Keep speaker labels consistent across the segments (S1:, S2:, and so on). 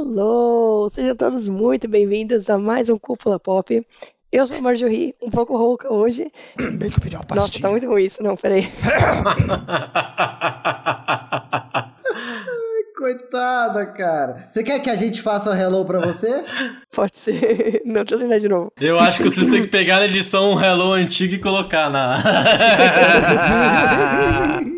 S1: Hello! Sejam todos muito bem-vindos a mais um Cúpula Pop. Eu sou a Marjorie, um pouco rouca hoje.
S2: Bem que eu pedi uma
S1: Nossa, tá
S2: pastilha.
S1: muito ruim isso, não, peraí.
S3: Coitada, cara. Você quer que a gente faça o hello pra você?
S1: Pode ser. Não, deixa eu tentar de novo.
S4: Eu acho que vocês têm que pegar a edição um Hello antigo e colocar na.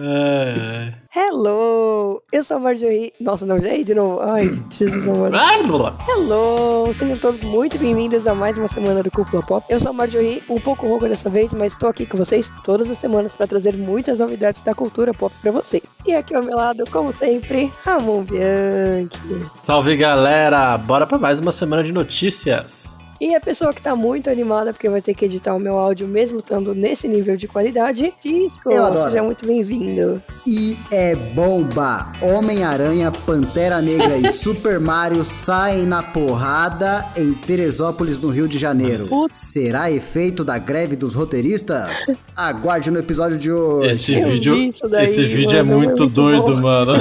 S4: Ai, ai.
S1: Hello! Eu sou a Marjorie. Nossa, não, já errei de novo. Ai, Jesus amado.
S4: Ah, blá, blá.
S1: Hello! Sejam todos muito bem-vindos a mais uma semana do Cúpula Pop. Eu sou a Marjorie, um pouco rouca dessa vez, mas estou aqui com vocês todas as semanas para trazer muitas novidades da cultura pop para você. E aqui ao meu lado, como sempre, Ramon Bianchi.
S4: Salve galera! Bora pra mais uma semana de notícias.
S1: E a pessoa que tá muito animada porque vai ter que editar o meu áudio mesmo estando nesse nível de qualidade, Cisco,
S3: Eu adoro.
S1: seja é muito bem-vindo.
S3: E é bomba! Homem-Aranha, Pantera Negra e Super Mario saem na porrada em Teresópolis, no Rio de Janeiro. Será efeito da greve dos roteiristas? Aguarde no episódio de hoje.
S4: Esse
S1: Eu
S4: vídeo,
S1: vi isso daí,
S4: esse vídeo
S1: mano,
S4: é muito
S1: é muito
S4: doido,
S1: bom.
S4: mano.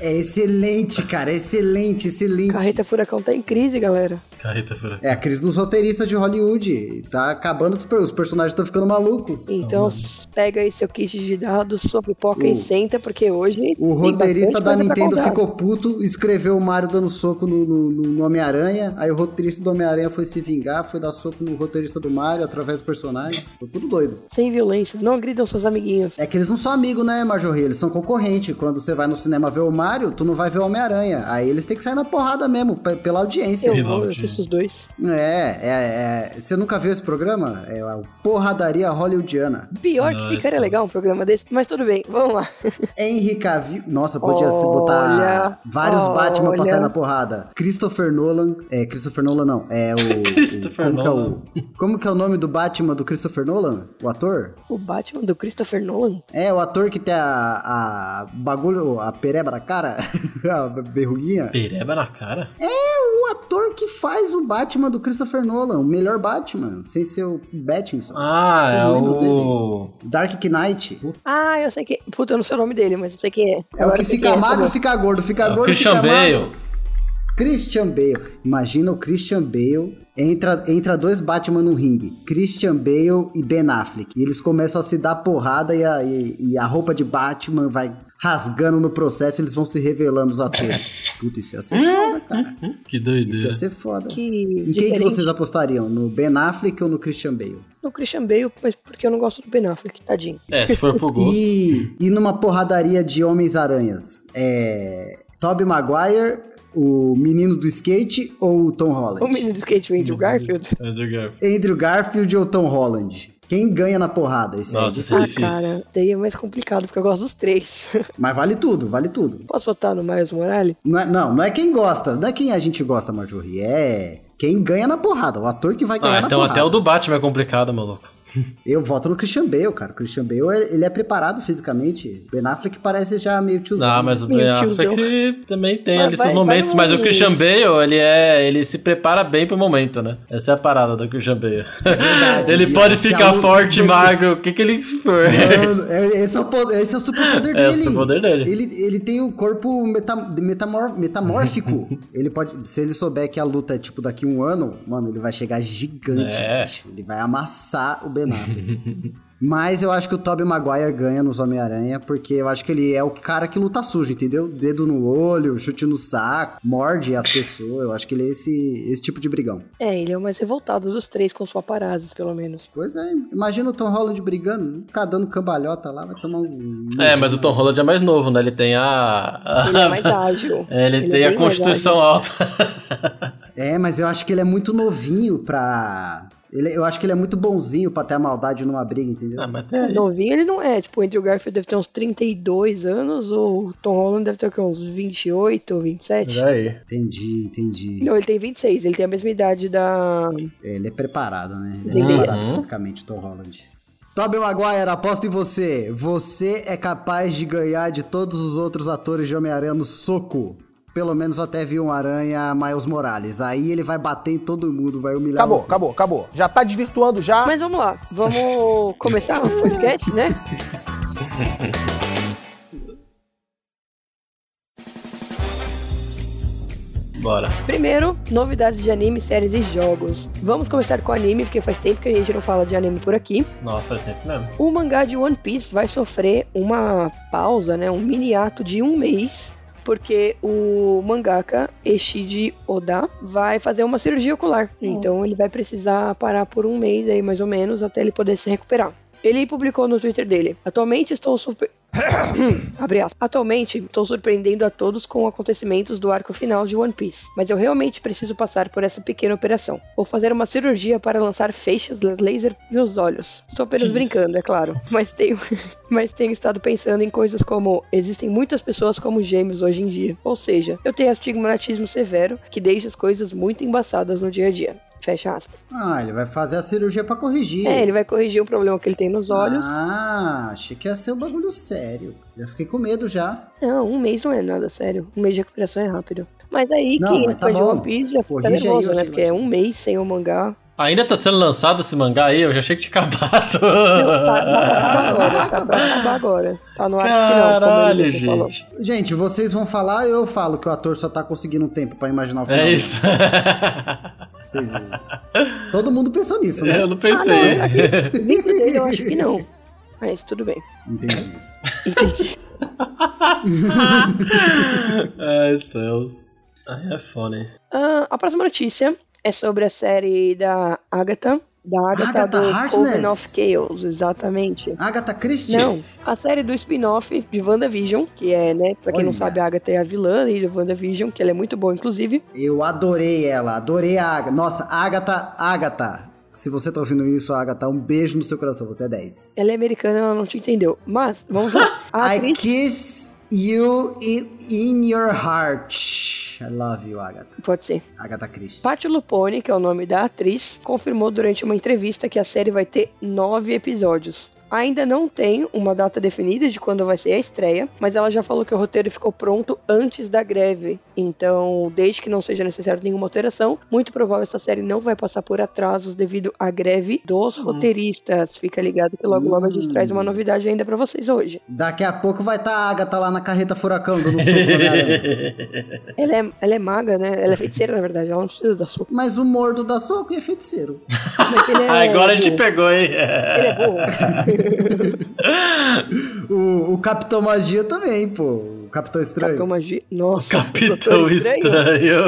S3: É excelente, cara. é Excelente, excelente.
S1: Carreta Furacão tá em crise, galera.
S4: Carreta fura.
S3: É a crise dos roteiristas de Hollywood. Tá acabando com os per- os personagens, estão ficando malucos.
S1: Então pega aí seu kit de dados, sua pipoca e senta, porque hoje.
S3: Uh. O
S1: tem bastante
S3: roteirista da
S1: coisa pra
S3: Nintendo
S1: contar.
S3: ficou puto, escreveu o Mario dando soco no, no- no Homem-Aranha. Aí o roteirista do Homem-Aranha foi se vingar, foi dar soco no roteirista do Mario através do personagem. Foi tudo doido.
S1: Sem violência, não agridam seus amiguinhos.
S3: É que eles não são amigos, né, Marjorie? Eles são concorrentes. Quando você vai no cinema ver o Mario, tu não vai ver o Homem-Aranha. Aí eles têm que sair na porrada mesmo, pe- pela audiência.
S1: Eu
S4: Sim,
S1: vou, eu
S4: Laudinho.
S1: assisto os dois.
S3: É, é, é. Você nunca viu esse programa? É a porradaria hollywoodiana.
S1: Pior que
S4: Nossa.
S1: ficaria legal um programa desse, mas tudo bem, vamos lá.
S3: Henry Cavill. Nossa, podia se
S1: Olha,
S3: botar vários Batman pra
S1: olha.
S3: sair na porrada. Christopher Nolan. É, Christopher Nolan não. É o.
S4: Christopher
S3: como
S4: Nolan.
S3: Que é o, como que é o nome do Batman do Christopher Nolan? O ator?
S1: O Batman do Christopher Nolan?
S3: É, o ator que tem a. a bagulho. a pereba na cara? a berruguinha?
S4: Pereba na cara?
S3: É o ator que faz o Batman do Christopher Nolan. O melhor Batman. Sem ser o Battinson.
S4: Ah,
S3: Vocês
S4: é
S3: não lembram
S4: o.
S3: Dark Knight.
S1: Ah, eu sei que. Puta, eu não sei o nome dele, mas eu sei quem é.
S3: É o
S1: Agora
S3: que
S1: eu sei
S3: fica
S1: quem é, tá
S3: magro,
S1: bom.
S3: fica gordo, fica
S4: É o
S3: gordo,
S4: Christian
S3: fica magro.
S4: Bale.
S3: Christian Bale. Imagina o Christian Bale. Entra, entra dois Batman no ringue. Christian Bale e Ben Affleck. E eles começam a se dar porrada e a, e- e a roupa de Batman vai rasgando no processo e eles vão se revelando os atores. Puta, isso ia ser foda, cara.
S4: Que
S3: Isso ia
S4: doideira.
S3: ser foda.
S1: Que
S3: Em quem que
S1: diferente.
S3: vocês apostariam? No Ben Affleck ou no Christian Bale?
S1: No Christian Bale, mas porque eu não gosto do Ben Affleck, tadinho.
S4: É, se for pro gosto.
S3: E, e numa porradaria de Homens-Aranhas? É. Tobey Maguire, o menino do skate ou o Tom Holland?
S1: O menino do skate, o Andrew Garfield.
S4: Andrew Garfield.
S3: Andrew Garfield ou Tom Holland? Quem ganha na porrada? Esse aí.
S4: Nossa, isso é
S1: Ah,
S4: difícil.
S1: cara, daí é mais complicado, porque eu gosto dos três.
S3: Mas vale tudo, vale tudo.
S1: Posso votar no Miles Morales?
S3: Não é, não, não é quem gosta, não é quem a gente gosta, Marjorie. É quem ganha na porrada, o ator que vai ganhar
S4: Ah,
S3: na
S4: então
S3: porrada.
S4: até o do Batman é complicado, maluco.
S3: Eu voto no Christian Bale, cara. O Christian Bale, ele ele é preparado fisicamente. Ben Affleck parece já meio tiozão.
S4: Ah, mas o
S1: Meio
S4: Ben
S1: tiozão.
S4: Affleck também tem
S1: Mas
S4: ali
S1: vai-
S4: seus momentos,
S1: vai
S4: mas
S1: no-
S4: o Christian Bale, ele é, ele se prepara bem pro momento, né? Essa é a parada do Christian Bale.
S3: verdade,
S4: ele
S3: e
S4: pode
S3: esse
S4: ficar
S3: aluno-
S4: forte, magro, o que que ele for.
S3: Mano, é- Esse é o, poder, esse é o superpoder
S4: É o
S3: dele.
S4: superpoder dele.
S3: Ele, ele tem o corpo meta, metamor- metamórfico. ele pode. Se ele souber que a luta é tipo daqui um ano, mano, ele vai chegar gigante.
S4: É.
S3: bicho. Ele vai amassar o Ben Affleck. Mas eu acho que o Tobey Maguire ganha nos Homem-Aranha, porque eu acho que ele é o cara que luta sujo, entendeu? Dedo no olho, chute no saco, morde as pessoas. Eu acho que ele é esse, esse tipo de brigão.
S1: É, ele é o mais revoltado dos três, com sua parazes, pelo menos.
S3: Pois é, imagina o Tom Holland brigando, ficar dando cambalhota lá, vai tomar um.
S4: é, mas o Tom Holland é mais novo, né? Ele tem a... a-
S1: Ele é mais ágil.
S4: É, ele,
S1: Ele é
S4: tem
S1: bem
S4: a constituição alta.
S3: É, mas eu acho que ele é muito novinho pra. ele- eu acho que ele é muito bonzinho pra ter a maldade numa briga, entendeu?
S4: ah, mas
S1: É,
S4: tem-
S1: Novinho ele não é, tipo, o Andrew Garfield deve ter uns 32 anos, ou o Tom Holland deve ter o quê, uns 28, 27?
S4: Olha aí.
S3: Entendi, entendi.
S1: Não, ele tem 26, ele tem a mesma idade da...
S3: É, Ele é preparado, né? Ele é
S1: Entendi.
S3: preparado
S4: Uhum.
S3: fisicamente, o Tom Holland. Tobey Maguire, aposto em você. Você é capaz de ganhar de todos os outros atores de Homem-Aranha no soco. Pelo menos até vir um aranha Miles Morales. Aí ele vai bater em todo mundo, vai humilhar
S2: Acabou,
S3: você.
S2: acabou, acabou. Já tá desvirtuando já.
S1: Ah, Mas vamos lá, vamos começar o podcast, né?
S4: Bora.
S1: Primeiro, novidades de anime, séries e jogos. Vamos começar com anime, porque faz tempo que a gente não fala de anime por aqui.
S4: Nossa, faz tempo mesmo.
S1: O mangá de One Piece vai sofrer uma pausa, né? Um mini ato de um mês. Porque o mangaka Eshiji Oda vai fazer uma cirurgia ocular. Então ele vai precisar parar por um mês aí, mais ou menos, até ele poder se recuperar. Ele publicou no Twitter dele: Atualmente estou super. Abre aspas. Hum. Atualmente, estou surpreendendo a todos com acontecimentos do arco final de One Piece, mas eu realmente preciso passar por essa pequena operação. Vou fazer uma cirurgia para lançar feixes laser nos olhos. Estou apenas
S4: Que isso.
S1: brincando, é claro, mas tenho, mas tenho estado pensando em coisas como existem muitas pessoas como gêmeos hoje em dia, ou seja, eu tenho astigmatismo severo que deixa as coisas muito embaçadas no dia a dia. Fecha aspas.
S3: Ah, ele vai fazer a cirurgia pra corrigir.
S1: É, ele vai corrigir um problema que ele tem nos olhos.
S3: Ah, achei que ia ser um bagulho sério. Já fiquei com medo já.
S1: Não, um mês não é nada, sério. Um mês de recuperação é rápido. Mas aí,
S3: Não,
S1: quem
S3: mas tá
S1: foi de
S3: bom.
S1: One Piece já fica
S3: Corrige aí,
S1: nervoso,
S3: eu
S1: né?
S3: te-
S1: Porque é um mês sem o mangá.
S4: Ainda tá sendo lançado esse mangá aí? Eu já achei que tinha acabado.
S1: Não, tá, tá pra acabar agora, tá pra acabar agora. Tá no arco final, como ele
S4: Caralho,
S1: mesmo falou.
S4: gente.
S3: Gente, vocês vão falar, eu falo que o ator só tá conseguindo um tempo pra imaginar o final.
S4: É isso.
S3: Vocês- Todo mundo pensou nisso, né?
S4: Eu não pensei.
S1: Ah, não, Visto dele, eu acho que não. Mas tudo bem.
S3: Entendi.
S1: Entendi.
S4: Ai, céus. Ai, é fone.
S1: Ah, a próxima notícia é sobre a série da Agatha. Da Agatha,
S3: Agatha
S1: do
S3: Harkness?
S1: Coven of Chaos, exatamente.
S3: Agatha Christie?
S1: Não, a série do spin-off de WandaVision, que é, né, pra quem não
S3: Olha. sabe,
S1: sabe,
S3: a
S1: a Agatha é a vilã e do WandaVision, que ela é muito boa, inclusive.
S3: Eu adorei ela, adorei a Agatha. Nossa, Agatha, Agatha. Se você tá ouvindo isso, Agatha, um beijo no seu coração, você é 10.
S1: Ela é americana, ela não te entendeu. Mas, vamos lá. A
S3: I
S1: atriz...
S3: kiss you in, in your heart. I love you, Agatha.
S1: Pode ser.
S3: Agatha Christie.
S1: Patty Lupone, que é o nome da atriz, confirmou durante uma entrevista que a série vai ter nove episódios. Ainda não tem uma data definida de quando vai ser a estreia, mas ela já falou que o roteiro ficou pronto antes da greve. Então, desde que não seja necessário nenhuma alteração, muito provável essa série não vai passar por atrasos devido à greve dos roteiristas. Fica ligado que logo logo a gente
S3: Hum.
S1: traz uma novidade ainda pra vocês hoje.
S3: Daqui a pouco vai estar a Agatha lá na carreta furacão dando soco na minha aranha.
S1: Ela é, ela é maga, né? Ela é feiticeira, na verdade. Ela não precisa da sua.
S3: Mas o mordo dá soco e é feiticeiro.
S1: Mas ele é
S4: Agora a gente
S1: burro.
S4: pegou, hein?
S1: Ele é burro.
S3: O, o Capitão Magia também, pô. O Capitão Estranho.
S1: Capitão Magi... é Nossa.
S4: Capitão
S1: Doutor
S4: Estranho.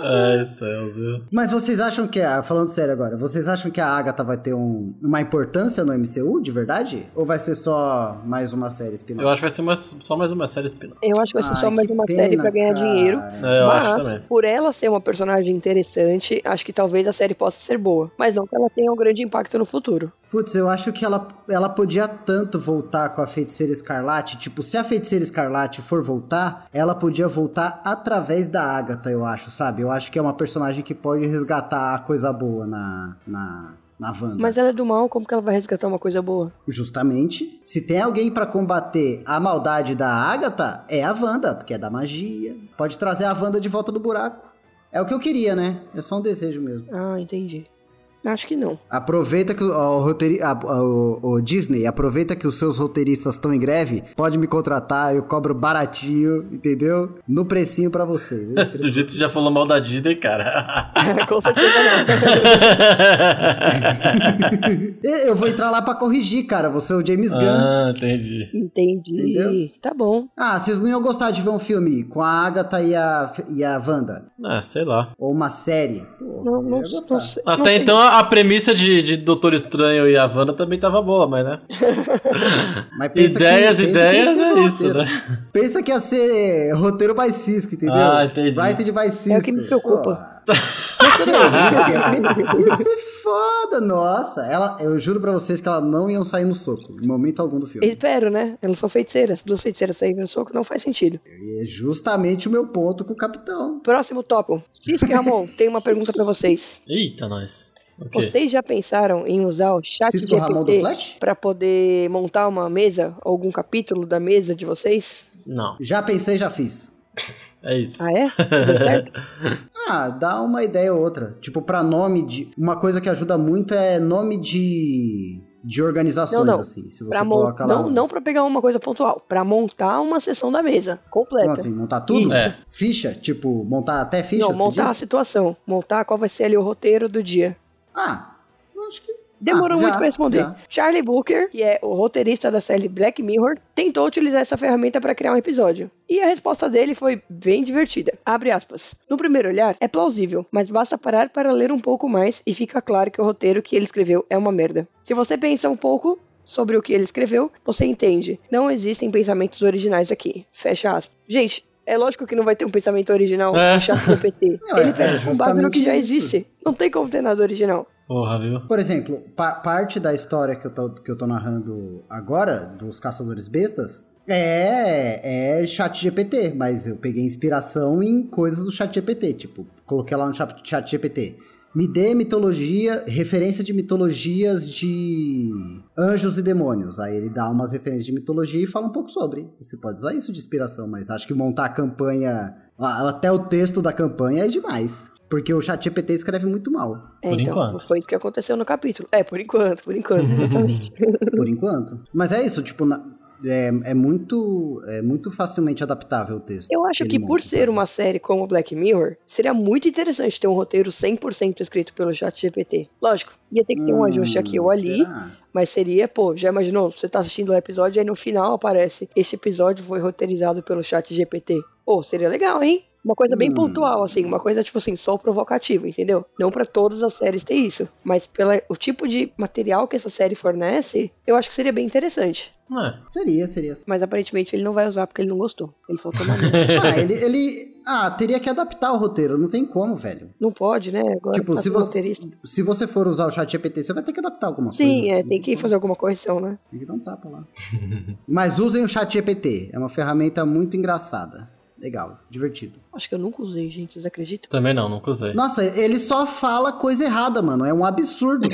S4: Ai, céus. viu?
S3: Mas vocês acham que a. Falando sério agora, vocês acham que a Agatha vai ter um- uma importância no MCU, de verdade? Ou vai ser só mais uma série
S4: Eu
S3: spin-off?
S4: acho que vai ser uma- só mais uma série spin
S1: Eu acho que vai ser só
S3: Ai,
S1: mais
S3: que
S1: uma
S3: pena,
S1: série pra ganhar
S3: cara.
S1: dinheiro.
S4: É, eu acho
S1: Mas,
S4: também.
S1: por ela ser uma personagem interessante, acho que talvez a série possa ser boa. Mas não que ela tenha um grande impacto no futuro.
S3: Putz, eu acho que ela, ela podia tanto voltar com a Feiticeira Escarlate. Tipo, se a Feiticeira Escarlate for voltar, ela podia voltar através da Agatha, eu acho, sabe? Eu acho que é uma personagem que pode resgatar a coisa boa na. na... Na Wanda.
S1: Mas ela é do mal, como que ela vai resgatar uma coisa boa?
S3: Justamente. Se tem alguém pra combater a maldade da Agatha, é a Wanda, porque é da magia. Pode trazer a Wanda de volta do buraco. É o que eu queria, né? É só um desejo mesmo.
S1: Ah, entendi. Acho que não.
S3: Aproveita que o, ó, o roteiri- a- a- o- o Disney, aproveita que os seus roteiristas estão em greve. Pode me contratar, eu cobro baratinho, entendeu? No precinho pra vocês. Eu espero-
S4: Do jeito que você já falou mal da Disney, cara.
S1: Com certeza não.
S3: Eu eu vou entrar lá pra corrigir, cara. Você é o James Gunn.
S4: ah, entendi.
S1: Entendi.
S3: Entendeu?
S1: Tá bom.
S3: Ah, vocês não iam gostar de ver um filme com a Agatha e a, e a Wanda?
S4: Ah, sei lá.
S3: Ou uma série. Pô,
S1: Não, não,
S3: eu ia gostar.
S1: não sei. não
S4: Até
S1: sei.
S4: então a premissa de, de Doutor Estranho e a Wanda também tava boa, mas né?
S3: Mas
S4: ideias,
S3: pensa
S4: ideias,
S3: que
S4: é
S3: escreveu
S4: isso, né?
S3: roteiro. Pensa que ia ser roteiro by Cisco, entendeu?
S4: Ah, entendi.
S3: Writer de by Cisco.
S1: É o que me preocupa.
S3: Pô, que isso, ia ser, ia ser foda, nossa. Ela, eu juro pra vocês que ela não iam sair no soco, em momento algum do filme.
S1: Espero, né? Elas são feiticeiras. Duas feiticeiras saindo no soco não faz sentido.
S3: E é justamente o meu ponto com o capitão.
S1: Próximo tópico. Cisco e Ramon, tem uma pergunta pra vocês.
S4: Eita, nós. O quê?
S1: Vocês já pensaram em usar o chat
S3: Cisco Ramon do
S1: GPT
S3: Flash?
S1: pra poder montar uma mesa, algum capítulo da mesa de vocês?
S4: Não,
S3: Já pensei, já fiz.
S4: é isso.
S1: Ah, é? Deu certo?
S3: Ah, dá uma ideia ou outra. Tipo, pra nome de. Uma coisa que ajuda muito é nome de. de organizações,
S1: Não, não.
S3: assim. Se você
S1: Pra mon-
S3: coloca lá.
S1: não,
S3: um-
S1: não pra pegar uma coisa pontual, pra montar uma sessão da mesa completa.
S3: Não, assim, montar tudo?
S1: Isso.
S4: É.
S3: Ficha? Tipo, montar até ficha?
S1: não,
S3: você
S1: montar a
S3: diz?
S1: situação, montar qual vai ser ali o roteiro do dia.
S3: Ah, eu acho que.
S1: Demorou
S3: Ah, já,
S1: muito pra responder.
S3: já.
S1: Charlie Booker, que é o roteirista da série Black Mirror, tentou utilizar essa ferramenta para criar um episódio. E a resposta dele foi bem divertida. Abre aspas. No primeiro olhar, é plausível, mas basta parar para ler um pouco mais e fica claro que o roteiro que ele escreveu é uma merda. Se você pensa um pouco sobre o que ele escreveu, você entende. Não existem pensamentos originais aqui. Fecha aspas. Gente, é lógico que não vai ter um pensamento original
S4: É.
S1: no chat GPT.
S3: Não, é-
S1: ele
S3: é
S1: pega com base no que já
S3: justamente isso.
S1: existe. Não tem como ter nada original.
S4: Porra, viu?
S3: Por exemplo, pa- parte da história que eu, tô, que eu tô narrando agora, dos Caçadores Bestas, é, é chat GPT, mas eu peguei inspiração em coisas do chat GPT, tipo, coloquei lá no chat, chat GPT. Me dê mitologia, referência de mitologias de anjos e demônios. Aí ele dá umas referências de mitologia e fala um pouco sobre. Você pode usar isso de inspiração, mas acho que montar a campanha, a- até o texto da campanha é demais. Porque o chat GPT escreve muito mal,
S1: É,
S4: Por
S1: então,
S4: enquanto.
S1: Foi isso que aconteceu no capítulo. É, por enquanto, por enquanto, exatamente.
S3: por enquanto. Mas é isso, tipo, na- é, é muito é muito facilmente adaptável o texto.
S1: Eu acho
S3: ele
S1: que
S3: monta,
S1: por ser
S3: sabe?
S1: uma série como Black Mirror, seria muito interessante ter um roteiro 100% escrito pelo chat GPT. Lógico, ia ter que ter um
S3: Hum,
S1: ajuste aqui ou ali,
S3: será?
S1: mas seria, pô, já imaginou? Você tá assistindo o episódio e aí no final aparece, este episódio foi roteirizado pelo chat GPT. Pô, seria legal, hein? Uma coisa bem
S3: Hum.
S1: pontual, assim, uma coisa, tipo assim, só provocativa, entendeu? Não pra todas as séries ter isso, mas pelo tipo de material que essa série fornece, eu acho que seria bem interessante.
S4: É.
S3: Seria, seria.
S1: Mas aparentemente ele não vai usar porque ele não gostou. Ele falou que é uma merda.
S3: Ah, ele, ele- Ah, teria que adaptar o roteiro, não tem como, velho.
S1: Não pode, né? Agora
S3: Tipo,
S1: tá
S3: se
S1: com
S3: você,
S1: roteirista.
S3: se você for usar o chat GPT, você vai ter que adaptar alguma coisa.
S1: Sim, é, tem que fazer alguma correção, né?
S3: Tem que dar um tapa lá. Mas usem o chat GPT, é uma ferramenta muito engraçada. Legal, divertido.
S1: Acho que eu nunca usei, gente, vocês acreditam?
S4: Também não, nunca usei.
S3: Nossa, ele só fala coisa errada, mano. É um absurdo.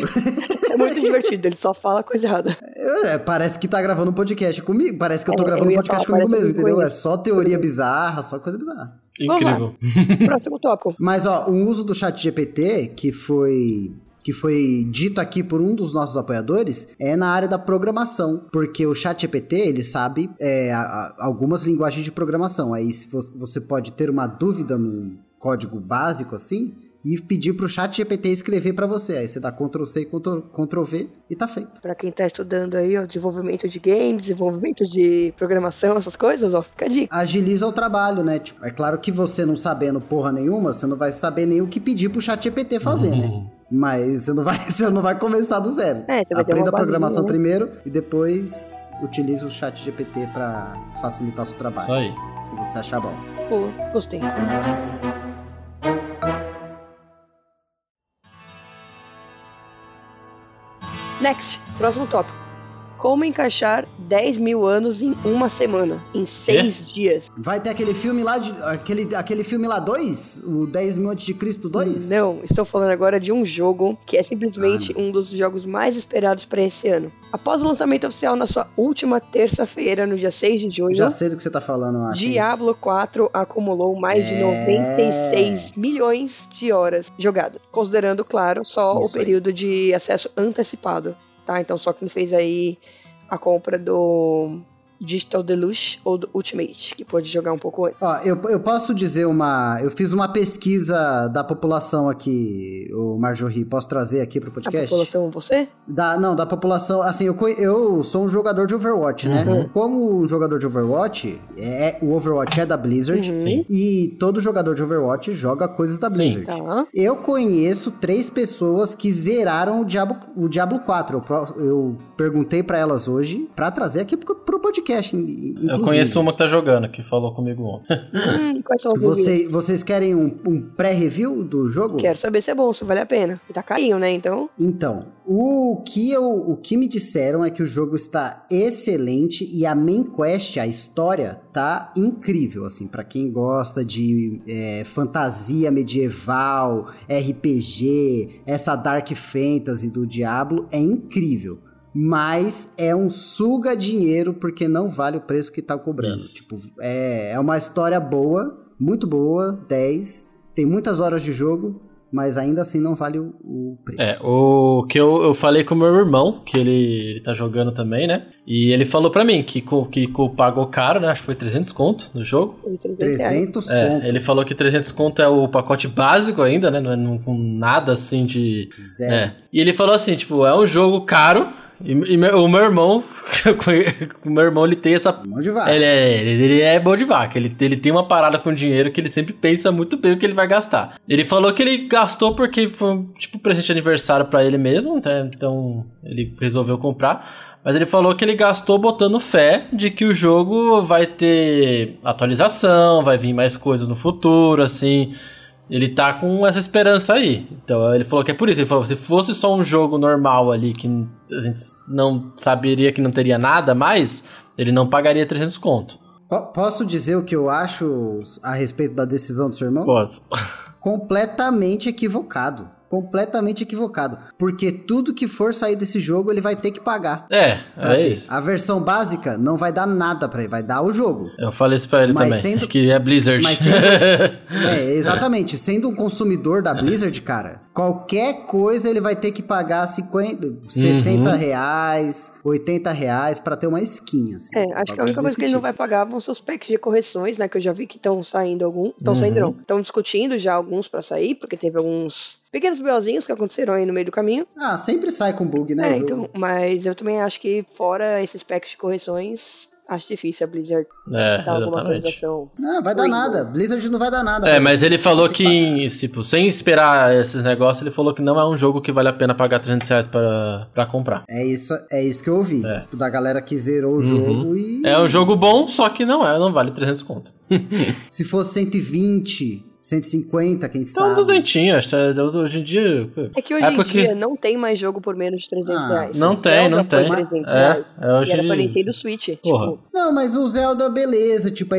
S1: É muito divertido, ele só fala coisa errada.
S3: É, parece que tá gravando um podcast comigo. Parece que eu tô
S1: É,
S3: gravando
S1: eu
S3: um
S1: ia
S3: podcast
S1: falar,
S3: comigo
S1: parece
S3: mesmo,
S1: que eu
S3: entendeu? É
S1: conheço.
S3: só teoria bizarra, só coisa bizarra.
S1: Vamos lá.
S4: Incrível.
S1: Próximo tópico.
S3: Mas, ó, o uso do chat GPT, que foi que foi dito aqui por um dos nossos apoiadores, é na área da programação, porque o chat GPT, ele sabe é, a- a- algumas linguagens de programação. Aí se vo- você pode ter uma dúvida num código básico assim e pedir pro chat GPT escrever pra você. Aí você dá Ctrl C e Ctrl, Ctrl V e tá feito.
S1: Pra quem tá estudando aí, ó, desenvolvimento de game, desenvolvimento de programação, essas coisas, ó, fica a dica.
S3: agiliza o trabalho, né? Tipo, é claro que você não sabendo porra nenhuma, você não vai saber nem o que pedir pro chat GPT fazer,
S4: Uhum.
S3: né? Mas você não vai, você não vai começar do zero.
S1: É, você vai ter
S3: Aprenda
S1: uma
S3: a programação
S1: basezinha.
S3: primeiro e depois utiliza o chat GPT pra facilitar seu trabalho,
S4: Isso aí.
S3: se você achar bom.
S1: Pô, gostei. Next, próximo tópico. Como encaixar 10 mil anos em uma semana, em seis dias?
S3: Vai ter aquele filme lá de aquele aquele filme lá 2, o 10 mil antes de Cristo 2?
S1: Hum, Não, estou falando agora de um jogo que é simplesmente um dos jogos mais esperados para esse ano. Após o lançamento oficial na sua última terça-feira, no dia 6 de junho,
S3: Já sei do que você tá falando, eu acho.
S1: Diablo 4 acumulou mais de
S3: É.
S1: 96 milhões de horas jogadas, considerando, claro, só o
S3: Isso aí.
S1: período de acesso antecipado, tá? Então só quem fez aí a compra do Digital Deluxe ou do Ultimate, que pode jogar um pouco antes.
S3: Ó, eu, eu posso dizer uma. Eu fiz uma pesquisa da população aqui, o Marjorie. Posso trazer aqui pro
S1: A
S3: podcast?
S1: Tá, população, você?
S3: Da, não, da população. Assim, eu, conhe- eu sou um jogador de Overwatch, né?
S1: Uhum.
S3: Como um jogador de Overwatch, é, o Overwatch é da Blizzard.
S1: Uhum.
S4: Sim.
S3: E todo jogador de Overwatch joga coisas da
S4: Sim.
S3: Blizzard.
S1: Tá.
S3: Eu conheço três pessoas que zeraram o Diablo, o Diablo 4. Eu, pro- eu perguntei pra elas hoje pra trazer aqui pro, pro podcast. in- Inclusive.
S4: Eu conheço uma que tá jogando, que falou comigo ontem.
S1: Hum, quais são os
S3: Você,
S1: reviews?
S3: vocês querem um, um pré-review do jogo?
S1: Quero saber se é bom, se vale a pena. E tá carinho, né? Então,
S3: Então, o que, eu, o que me disseram é que o jogo está excelente e a main quest, a história, tá incrível, assim, pra quem gosta de é, fantasia medieval, RPG, essa dark fantasy do Diablo, é incrível. Mas é um suga dinheiro porque não vale o preço que tá cobrando.
S4: Isso.
S3: Tipo, é, é uma história boa, muito boa, 10, tem muitas horas de jogo, mas ainda assim não vale o, o preço.
S4: É, o que eu, eu falei com o meu irmão, que ele, ele tá jogando também, né? E ele falou pra mim que, co- que co- pagou caro, né? Acho que foi 300 conto no jogo.
S1: Foi 300 reais.
S3: 300
S4: É,
S3: conto,
S4: ele falou que 300 conto é o pacote básico ainda, né? Não é não- com nada assim de.
S3: zero.
S4: É. E ele falou assim, tipo, é um jogo caro. E, e meu- o meu irmão, o meu irmão, ele tem essa
S3: Um monte de vaca.
S4: ele é, ele, ele é bom de vaca, ele, ele tem uma parada com dinheiro que ele sempre pensa muito bem o que ele vai gastar. Ele falou que ele gastou porque foi um, tipo um presente de aniversário pra ele mesmo, né? então ele resolveu comprar. Mas ele falou que ele gastou botando fé de que o jogo vai ter atualização, vai vir mais coisas no futuro, assim. Ele tá com essa esperança aí. Então ele falou que é por isso. Ele falou: se fosse só um jogo normal ali, que a gente não saberia que não teria nada mais, ele não pagaria 300 conto.
S3: Po- Posso dizer o que eu acho a respeito da decisão do seu irmão?
S4: Posso.
S3: Completamente equivocado. Completamente equivocado. Porque tudo que for sair desse jogo, ele vai ter que pagar.
S4: É,
S3: pra
S4: é
S3: ter.
S4: isso.
S3: A versão básica não vai dar nada pra ele, vai dar o jogo.
S4: Eu falei isso pra ele
S3: Mas
S4: também.
S3: sendo-
S4: Que é Blizzard.
S3: Mas sendo, é, exatamente. Sendo um consumidor da Blizzard, cara, qualquer coisa ele vai ter que pagar 50, 60
S4: Uhum.
S3: reais, 80 reais pra ter uma skin, assim.
S1: É,
S4: Então,
S1: acho que a
S3: Bagulho
S1: única coisa
S3: desse
S1: que ele não
S3: tipo.
S1: vai pagar vão seus packs de correções, né? Que eu já vi que estão saindo algum. Estão
S4: Uhum.
S1: saindo, não. Estão discutindo já alguns pra sair, porque teve alguns pequenos BOzinhos que aconteceram aí no meio do caminho.
S3: Ah, sempre sai com bug, né? o
S1: É,
S3: jogo?
S1: então, mas eu também acho que fora esses packs de correções, acho difícil a Blizzard
S4: É,
S1: dar alguma
S4: exatamente.
S1: atualização.
S3: Não, Ah, vai dar nada. Blizzard não vai dar nada.
S4: É,
S3: pra
S4: mas ele falou
S3: Tem
S4: que,
S3: que
S4: em- tipo, sem esperar esses negócios, ele falou que não é um jogo que vale a pena pagar 300 reais pra, pra comprar.
S3: É isso, é isso que eu ouvi.
S4: É.
S3: Da galera que zerou o jogo e.
S4: É um jogo bom, só que não é, não vale 300 conto.
S3: Se fosse 120, 150, quem
S4: Então,
S3: sabe.
S4: duzentinho, acho que é- hoje em dia...
S1: É que hoje
S4: É
S1: em
S4: porque-
S1: dia não tem mais jogo por menos de 300
S3: Ah,
S1: reais.
S4: não
S1: Zelda
S4: tem, não
S1: foi
S4: tem.
S1: 300
S4: É,
S1: reais.
S4: é, hoje
S1: e era pra
S4: em-
S1: Nintendo Switch.
S4: Porra.
S1: Tipo,
S3: Não, mas o Zelda, beleza, tipo, é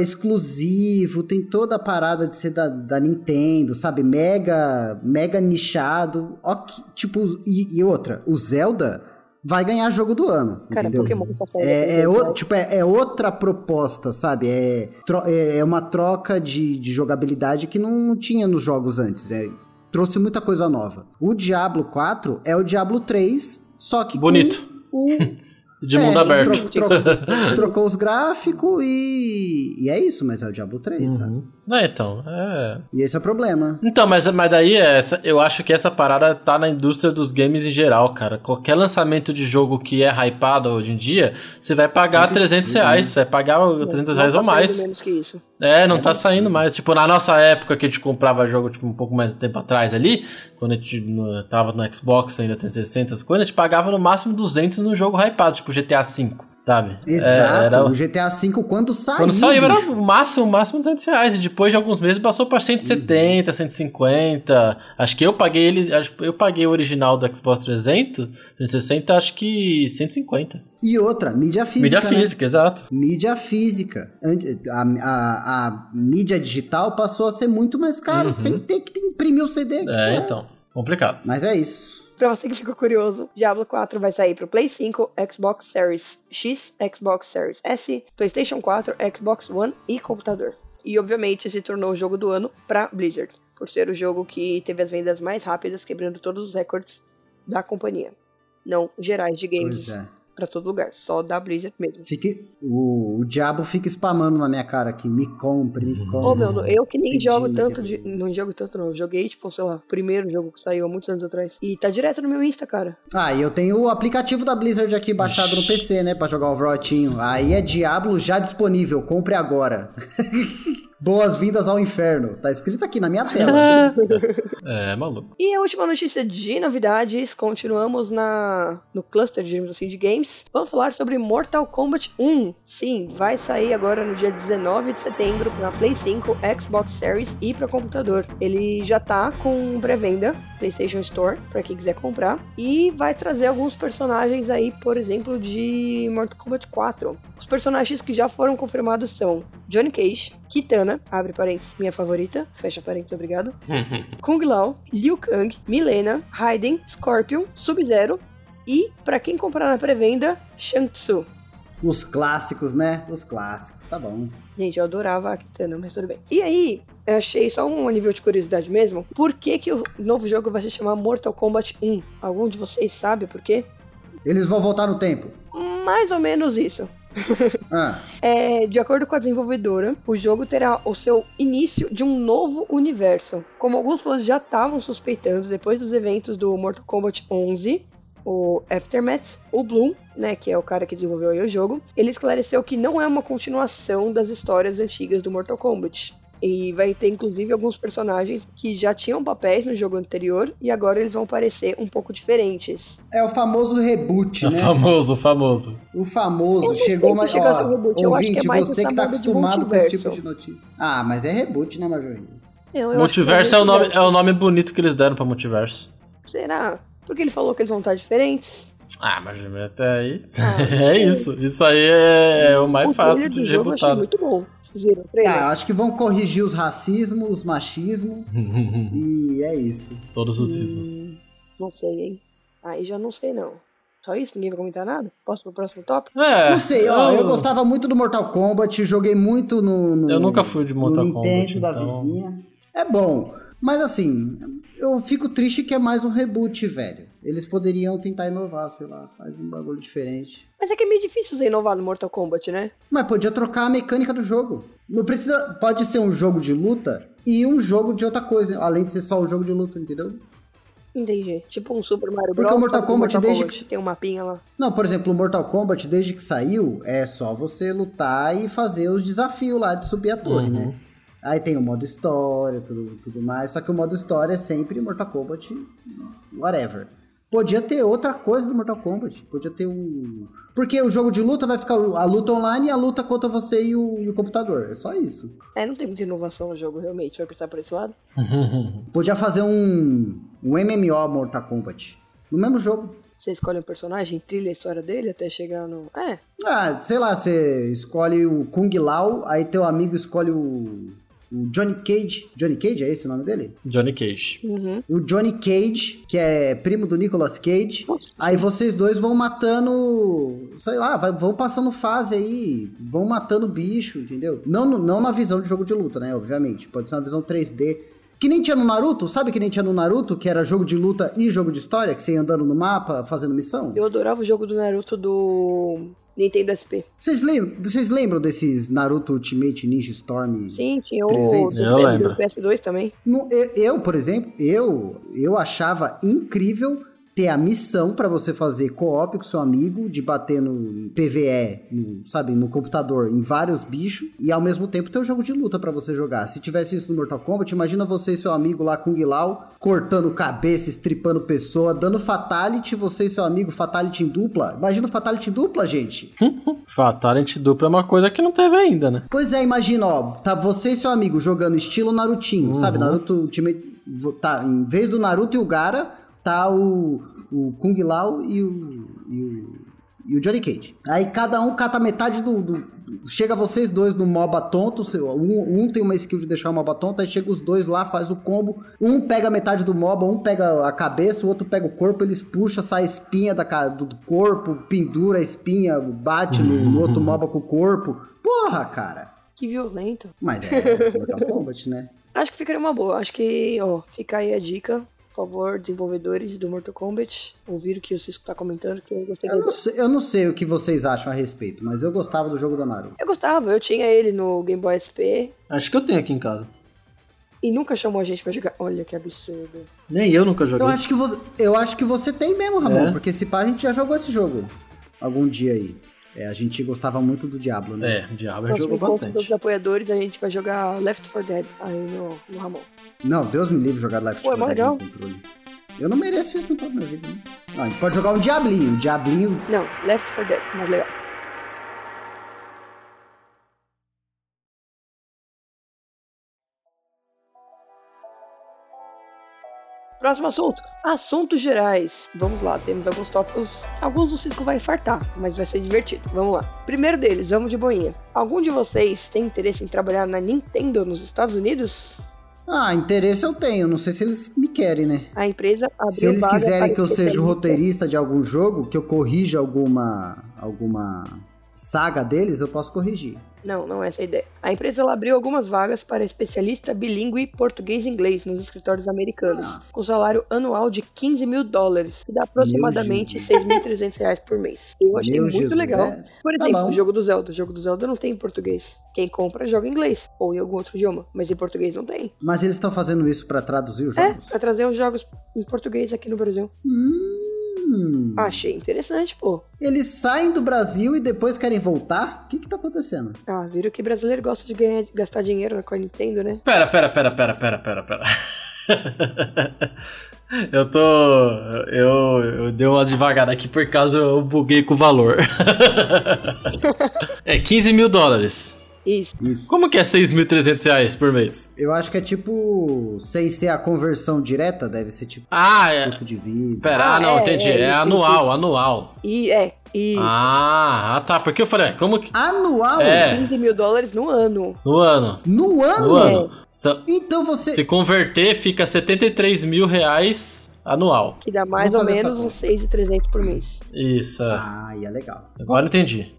S3: exclusivo, tem toda a parada de ser da, da Nintendo, sabe? Mega, mega nichado. Ó, que- tipo, e, e outra, o Zelda vai ganhar jogo do ano.
S1: cara,
S3: entendeu?
S1: Pokémon tá saindo. por
S3: É, é
S1: 300
S3: o-
S1: reais.
S3: tipo, é, é outra proposta, sabe? É, tro- é, é uma troca de, de jogabilidade que não tinha nos jogos antes. é, trouxe muita coisa nova. O Diablo 4 é o Diablo 3, só que. com
S4: Bonito.
S3: o-
S4: De
S3: é,
S4: mundo aberto.
S3: tro- tro- trocou os gráficos e. E é isso, mas é o Diablo 3, sabe?
S1: Uhum.
S4: É, então, é...
S3: E esse é o problema.
S4: Então, mas, mas daí é essa, eu acho que essa parada tá na indústria dos games em geral, cara. Qualquer lançamento de jogo que é hypado hoje em dia, você vai pagar
S3: Não
S4: 300
S3: precisa,
S4: reais, vai pagar o
S1: né? Não,
S4: 300
S1: não
S4: reais ou
S1: tá saindo
S4: mais.
S1: menos que isso.
S4: É, não tá saindo mais. Tipo, na nossa época que a gente comprava jogo tipo, um pouco mais de tempo atrás ali, quando a gente no- tava no Xbox ainda, 360, essas coisas, a gente pagava no máximo 200 num jogo hypado, tipo GTA V, sabe? É,
S3: Exato.
S4: era-
S3: O GTA V, quando saiu.
S4: quando saiu era
S3: bicho,
S4: o máximo, o máximo 200 reais. E depois de alguns meses passou pra 170, 150. Acho que eu paguei ele. Acho, que eu paguei o original do Xbox 300, 360, acho que 150.
S3: E outra, mídia física.
S4: Mídia
S3: né?
S4: física, exato.
S3: Mídia física. Ante- A, a- a mídia digital passou a ser muito mais caro, sem ter que imprimir o CD. que
S4: Uhum. É,
S3: porra
S4: então.
S3: essa?
S4: Complicado.
S3: Mas é isso.
S1: Pra você que ficou curioso, Diablo 4 vai sair pro Play 5, Xbox Series X, Xbox Series S, PlayStation 4, Xbox One e computador. E obviamente se tornou o jogo do ano pra Blizzard, por ser o jogo que teve as vendas mais rápidas, quebrando todos os recordes da companhia. Não gerais de games
S3: Pois é.
S1: pra todo lugar, só da Blizzard mesmo.
S3: Fique, o, o diabo fica spamando na minha cara aqui. Me compre, me
S4: Uhum.
S3: compre.
S1: Ô, meu, eu que nem
S3: Entendi,
S1: jogo
S3: né?
S1: tanto de. Não jogo tanto, não. Eu joguei, tipo, sei lá, o primeiro jogo que saiu há muitos anos atrás. E tá direto no meu Insta, cara.
S3: Ah, e eu tenho o aplicativo da Blizzard aqui baixado no PC, né? Pra jogar o Overwatchinho. Aí é Diablo já disponível. Compre agora. Boas-vindas ao inferno. Tá escrito aqui na minha tela.
S4: É, maluco.
S1: E a última notícia de novidades, continuamos na no cluster, digamos assim, de games. Vamos falar sobre Mortal Kombat 1. Sim, vai sair agora no dia 19 de setembro pra Play 5, Xbox Series e pra computador. Ele já tá com pré-venda, PlayStation Store, pra quem quiser comprar. E vai trazer alguns personagens aí, por exemplo, de Mortal Kombat 4. Os personagens que já foram confirmados são Johnny Cage, Kitana, abre parênteses, minha favorita, fecha parênteses, obrigado. Kung Lao, Liu Kang, Milena, Raiden, Scorpion, Sub-Zero e, pra quem comprar na pré-venda, Shang Tsu.
S3: Os clássicos, né? Os clássicos, tá bom.
S1: Gente, eu adorava a Kitana, mas tudo bem. E aí, eu achei só um nível de curiosidade mesmo. Por que, que o novo jogo vai se chamar Mortal Kombat 1? Algum de vocês sabe por quê?
S3: Eles vão voltar no tempo.
S1: Mais ou menos isso.
S3: Ah,
S1: É, de acordo com a desenvolvedora, o jogo terá o seu início de um novo universo. Como alguns fãs já estavam suspeitando depois dos eventos do Mortal Kombat 11, o Aftermath, o Bloom, né, que é o cara que desenvolveu aí o jogo, ele esclareceu que não é uma continuação das histórias antigas do Mortal Kombat. E vai ter inclusive alguns personagens que já tinham papéis no jogo anterior e agora eles vão parecer um pouco diferentes.
S3: é o famoso reboot,
S4: É O
S3: né?
S4: famoso, o famoso.
S3: O
S1: Eu
S3: famoso
S1: não sei
S3: chegou,
S1: se
S3: mas
S1: chega a
S3: ó,
S1: ser reboot, eu acho que é
S3: ouvinte,
S1: mais
S3: você
S1: essa
S3: que tá
S1: moda de
S3: acostumado com esse tipo
S1: multiverso.
S3: de notícia. Ah, mas é reboot, né, Major?
S1: Eu- eu acho que
S4: Multiverso é o, nome,
S1: multiverso.
S4: é o nome bonito que eles deram pra multiverso.
S1: Será? Porque ele falou que eles vão estar diferentes?
S4: Ah, mas até aí.
S1: Ah,
S4: é
S1: achei.
S4: isso. Isso aí é, é o mais
S1: o
S4: fácil
S1: trailer
S4: de
S1: do jogo eu achei
S4: rebutar. né?
S1: muito bom. Vocês viram o trailer?
S3: Ah, eu acho que vão corrigir os racismos, os machismos, e é isso.
S4: Todos os ismos.
S1: Hum, não sei, hein? Aí já não sei, não. Só isso? Ninguém vai comentar nada? Posso pro próximo tópico?
S4: É,
S3: Não sei, ó, eu gostava muito do Mortal Kombat, joguei muito no. no-
S4: Eu nunca fui de Mortal
S3: no Nintendo
S4: Kombat,
S3: da
S4: então-
S3: vizinha. É bom, mas assim, eu fico triste que é mais um reboot, velho. Eles poderiam tentar inovar, sei lá, faz um bagulho diferente.
S1: Mas é que é meio difícil você inovar no Mortal Kombat, né?
S3: Mas podia trocar a mecânica do jogo. Não precisa. Pode ser um jogo de luta e um jogo de outra coisa, além de ser só um jogo de luta, entendeu?
S1: Entendi. Tipo um Super Mario
S3: Porque
S1: Bros.
S3: o Mortal
S1: sabe que
S3: Kombat, desde que-
S1: Tem um mapinha lá.
S3: Não, por exemplo, o Mortal Kombat, desde que saiu, é só você lutar e fazer os desafios lá de subir a torre,
S4: Uhum.
S3: né? Aí tem o modo história, tudo, tudo mais, só que o modo história é sempre Mortal Kombat, whatever. Podia ter outra coisa do Mortal Kombat, podia ter um... Porque o jogo de luta vai ficar a luta online e a luta contra você e o, e o computador, é só isso.
S1: É, não tem muita inovação no jogo, realmente. Você vai pensar por esse lado?
S3: Podia fazer um, um MMO Mortal Kombat, no mesmo jogo.
S1: Você escolhe um personagem, trilha a história dele até chegar no... É,
S3: Ah, sei lá, você escolhe o Kung Lao, aí teu amigo escolhe o, o Johnny Cage. Johnny Cage é esse o nome dele?
S4: Johnny Cage.
S1: uhum.
S3: O Johnny Cage, que é primo do Nicolas Cage.
S1: Nossa.
S3: Aí vocês dois vão matando, sei lá, vai- vão passando fase aí, vão matando bicho, entendeu? Não, no- não na visão de jogo de luta, né? Obviamente, pode ser uma visão 3D. Que nem tinha no Naruto, sabe que nem tinha no Naruto, que era jogo de luta e jogo de história, que você ia andando no mapa, fazendo missão?
S1: Eu adorava o jogo do Naruto do Nintendo SP.
S3: Vocês lembram, vocês lembram desses Naruto Ultimate Ninja Storm?
S1: Sim, tinha o
S3: 300.
S1: do
S4: Eu lembro.
S1: do PS2 também.
S3: No- eu, eu, por exemplo, eu, eu achava incrível ter a missão pra você fazer co-op com seu amigo, de bater no PVE, no- sabe, no computador, em vários bichos, e ao mesmo tempo ter um jogo de luta pra você jogar. Se tivesse isso no Mortal Kombat, imagina você e seu amigo lá, Kung Lao, cortando cabeça, estripando pessoa, dando fatality, você e seu amigo, fatality em dupla. Imagina o fatality em dupla, gente!
S4: Fatality dupla é uma coisa que não teve ainda, né?
S3: Pois é, imagina, ó, tá você e seu amigo jogando estilo Narutinho, sabe? Naruto Ultimate, vo- tá, em vez do Naruto e o Gara, tá o, o Kung Lao e o, e o e o Johnny Cage. Aí cada um cata metade do, do- chega vocês dois no MOBA tonto, seu- um, um tem uma skill de deixar o MOBA tonto, aí chega os dois lá, faz o combo, um pega metade do MOBA, um pega a cabeça, o outro pega o corpo, eles puxam, sai a espinha da, ca- do do corpo, pendura a espinha, bate no, no outro MOBA com o corpo. Porra, cara!
S1: Que violento.
S3: Mas é Mortal Kombat, né?
S1: Acho que ficaria uma boa. Acho que, ó, fica aí a dica. Por favor, desenvolvedores do Mortal Kombat, ouvir o que o Cisco tá comentando, que eu gostei
S3: Eu
S1: dele.
S3: não, sei, eu não sei o que vocês acham a respeito, mas eu gostava do jogo do Naruto.
S1: Eu gostava, eu tinha ele no Game Boy SP
S4: Acho que eu tenho aqui em casa.
S1: e nunca chamou a gente pra jogar. Olha que absurdo.
S4: Nem eu nunca joguei.
S3: Eu acho que você, eu acho que você tem mesmo, Ramon,
S4: Uhum. É?
S3: porque se pá, a gente já jogou esse jogo algum dia aí. É, a gente gostava muito do Diablo, né?
S4: É, o Diablo
S1: Próximo
S4: jogou
S1: encontro dos
S4: bastante.
S1: apoiadores, a gente vai jogar Left 4 Dead aí no, no Ramon.
S3: Não, Deus me livre de jogar Left
S1: Pô, é mó
S3: 4 Dead no controle. Eu não mereço isso no toda minha vida. Né? Não, a gente pode jogar um Diablinho, um Diablinho.
S1: Não, Left 4 Dead, mais legal. Próximo assunto. Assuntos gerais. Vamos lá, temos alguns tópicos. Alguns o Cisco vai infartar, mas vai ser divertido. Vamos lá. Primeiro deles, vamos de boinha. Algum de vocês tem interesse em trabalhar na Nintendo nos Estados Unidos?
S3: Ah, interesse eu tenho, não sei se eles me querem, né?
S1: A empresa abriu
S3: Se eles
S1: vaga
S3: quiserem
S1: para
S3: que eu seja o
S1: especialista.
S3: roteirista de algum jogo, que eu corrija alguma alguma saga deles, eu posso corrigir.
S1: Não, não é essa a ideia. A empresa ela abriu algumas vagas para especialista bilíngue português e inglês nos escritórios
S3: Ah.
S1: americanos, com salário anual de 15 mil dólares, que dá aproximadamente
S3: Meu
S1: 6.300 reais por mês. Eu achei
S3: Meu
S1: muito
S3: Jesus,
S1: legal.
S3: é.
S1: Por
S3: Tá
S1: exemplo,
S3: bom.
S1: o jogo do Zelda. O jogo do Zelda não tem em português. Quem compra joga em inglês ou em algum outro idioma, mas em português não tem.
S3: Mas eles estão fazendo isso pra traduzir os
S1: É,
S3: jogos?
S1: pra trazer os jogos em português aqui no Brasil.
S3: Hum.
S1: Achei interessante, pô.
S3: Eles saem do Brasil e depois querem voltar? O que que tá acontecendo?
S1: Ah, viram que brasileiro gosta de ganhar, gastar dinheiro com a Nintendo, né?
S4: Pera, pera, pera, pera, pera, pera, pera. Eu tô. Eu, eu dei uma devagada aqui por causa eu buguei com o valor. É 15 mil dólares.
S1: Isso.
S3: Isso.
S4: Como que é 6.300 reais por mês?
S3: Eu acho que é tipo, sem ser a conversão direta, deve ser tipo
S4: Ah, é.
S3: custo de vida.
S4: Pera, ah,
S1: Ah,
S4: não,
S1: é,
S4: entendi.
S1: é
S4: É,
S1: isso, isso,
S4: anual,
S1: isso.
S4: anual.
S1: E é, isso.
S4: Ah, ah, tá. Porque eu falei, como que.
S3: Anual?
S4: É.
S1: 15 mil dólares no ano.
S4: No ano.
S3: No ano?
S4: No ano. Sa-
S3: Então você.
S4: Se converter, fica 73 mil reais anual.
S1: Que dá mais
S3: Vamos
S1: ou
S3: fazer
S1: menos
S3: essa
S1: uns 6,300 por mês.
S4: Isso. é.
S3: Ah, Aí é legal.
S4: Agora entendi.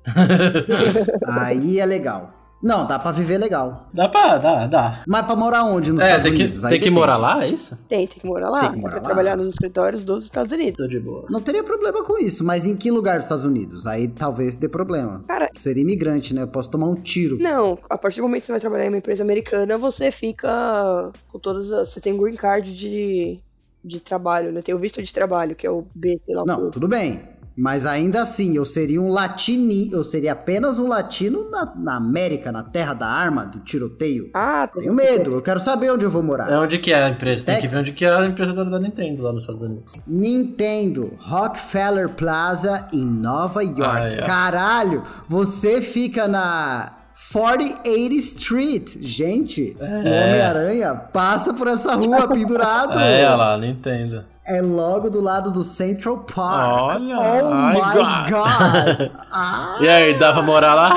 S3: Aí é legal. Não, dá pra viver legal.
S4: Dá pra. Dá, dá.
S3: Mas pra morar onde? Nos
S4: É,
S3: Estados
S4: tem que,
S3: Unidos? Aí
S4: tem que
S3: depende.
S4: morar lá, é isso?
S1: Tem, tem que morar lá.
S3: Tem que morar
S1: pra
S3: lá.
S1: trabalhar nos escritórios dos Estados Unidos.
S4: Tô de boa.
S3: Não teria problema com isso, mas em que lugar dos Estados Unidos? Aí talvez dê problema.
S1: Cara,
S3: Ser imigrante, né? Eu posso tomar um tiro.
S1: não. A partir do momento que você vai trabalhar em uma empresa americana, você fica com todas as... Você tem um green card de, de trabalho, né? Tem o visto de trabalho, que é o B, sei lá. o
S3: Não,
S1: quê.
S3: tudo bem. Mas ainda assim, eu seria um latini, eu seria apenas um latino na, na América, na terra da arma, do tiroteio.
S1: Ah, tá.
S3: Tenho medo, eu quero saber onde eu vou
S4: É
S3: morar.
S4: onde que é a empresa? Tem que ver
S3: Ah. Texas.
S4: onde que é a empresa da da Nintendo lá nos Estados Unidos.
S3: Nintendo, Rockefeller Plaza em Nova York.
S4: Ah, é.
S3: Caralho, você fica na 4080 Street. Gente,
S4: É.
S3: o Homem-Aranha passa por essa rua pendurado.
S4: É, olha lá, Nintendo.
S3: É logo do lado do Central Park.
S4: Olha,
S3: oh
S4: ai,
S3: my
S4: God.
S3: god! Ah,
S4: E aí, dá pra morar lá?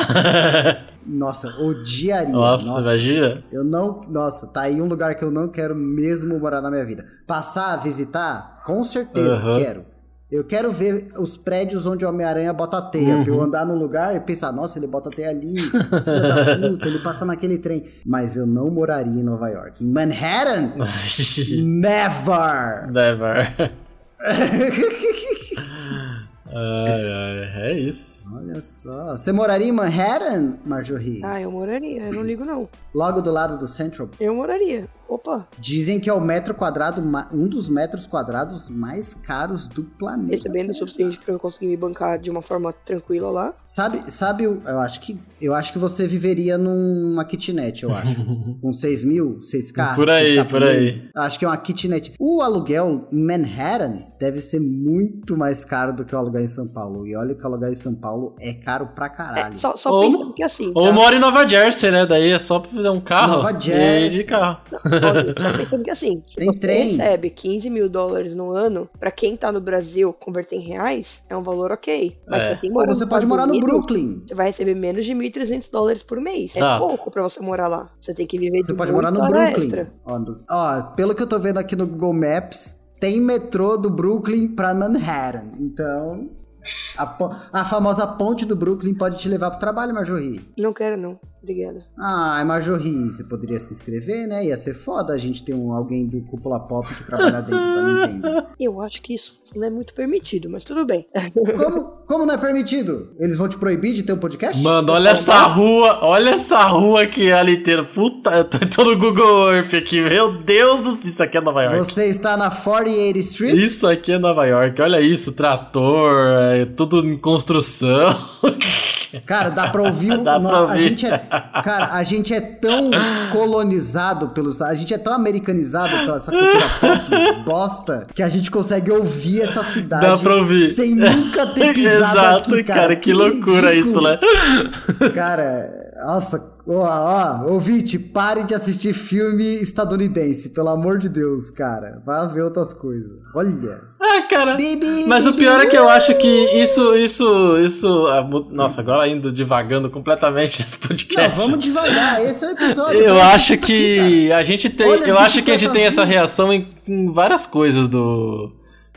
S3: Nossa, odiaria.
S4: Nossa, imagina.
S3: Eu não. Nossa, tá aí um lugar que eu não quero mesmo morar na minha vida. Passar a visitar? Com certeza,
S4: Aham.
S3: quero. Eu quero ver os prédios onde o Homem-Aranha bota a teia. Pra eu andar no lugar e pensar, nossa, ele bota a teia ali. Filha da puta, ele passa naquele trem. Mas eu não moraria em Nova York. Em Manhattan? Never!
S4: Never. ai, ai, é isso.
S3: Olha só. Você moraria em Manhattan, Marjorie?
S1: Ah, eu moraria. Eu não ligo, não.
S3: Logo do lado do Central
S1: Eu moraria. Opa,
S3: Dizem que é o metro quadrado, ma- um dos metros quadrados mais caros do planeta.
S1: recebendo o suficiente pra eu conseguir me bancar de uma forma tranquila lá.
S3: Sabe, sabe, o- eu acho que eu acho que você viveria numa kitnet, eu acho. Com 6 mil, 6K.
S4: Por aí,
S3: 6K
S4: por aí.
S3: mês. Acho que é uma kitnet. O aluguel em Manhattan deve ser muito mais caro do que o aluguel em São Paulo. E olha que o aluguel em São Paulo é caro pra caralho.
S1: É, só só
S4: Ou-
S1: pensa que assim.
S4: Ou
S1: tá?
S4: mora em Nova Jersey, né? Daí é só pra fazer um carro.
S3: Nova
S4: e
S3: Jersey.
S4: de carro.
S1: Óbvio, só pensando que assim, se
S3: Tem
S1: você
S3: trem.
S1: recebe 15 mil dólares no ano, pra quem tá no Brasil converter em reais, é um valor ok. Mas
S4: É.
S1: pra quem
S3: Ou
S1: mora nos
S3: você pode
S1: Estados
S3: morar no
S1: Unidos,
S3: Brooklyn.
S1: Você vai receber menos de 1.300 dólares por mês. É
S4: Exato.
S1: pouco pra você morar lá. Você tem que viver de
S3: Você pode
S1: muito
S3: morar no
S1: hora
S3: Brooklyn.
S1: extra.
S3: Ó, no- ó, pelo que eu tô vendo aqui no Google Maps, tem metrô do Brooklyn pra Manhattan. Então, a, po- a famosa ponte do Brooklyn pode te levar pro trabalho, Marjorie.
S1: Não quero, não. Obrigada.
S3: Ah, Marjorie, você poderia se inscrever, né? Ia ser foda a gente ter um, alguém do Cúpula Pop que trabalha dentro tá da Nintendo.
S1: Eu acho que isso não é muito permitido, mas tudo bem.
S4: É
S3: Como, como não é permitido? Eles vão te proibir de ter um podcast?
S4: Mano, olha essa rua, olha essa rua que é a Nintendo. Puta, eu tô, tô no Google Earth aqui. Meu Deus do céu, isso aqui é Nova York.
S3: Você está na 48 Street?
S4: Isso aqui é Nova York, olha isso, trator, é tudo em construção.
S3: Cara, dá pra ouvir. o-
S4: Dá
S3: no-
S4: pra
S3: A
S4: ouvir.
S3: gente é, cara, a gente é tão colonizado pelos. A gente é tão americanizado pela essa cultura pop bosta que a gente consegue ouvir essa cidade
S4: Dá pra ouvir.
S3: sem nunca ter pisado
S4: Exato,
S3: aqui, cara.
S4: cara, que, loucura
S3: ridículo.
S4: isso, né?
S3: Cara, nossa, ó, ó, ouvinte, pare de assistir filme estadunidense, pelo amor de Deus, cara. Vá ver outras coisas. Olha.
S4: Ah, cara.
S3: Bibi,
S4: Mas o
S3: bibi,
S4: pior é que eu acho que isso, isso, isso. ah, mu- Nossa, agora indo divagando completamente esse
S3: Não,
S4: podcast.
S3: vamos devagar, esse é o episódio.
S4: Eu
S3: Tá
S4: acho
S3: aqui, cara.
S4: que a gente tem,
S3: Olha as
S4: eu acho que a gente tem
S3: bicicletas
S4: essa reação em, em várias coisas do,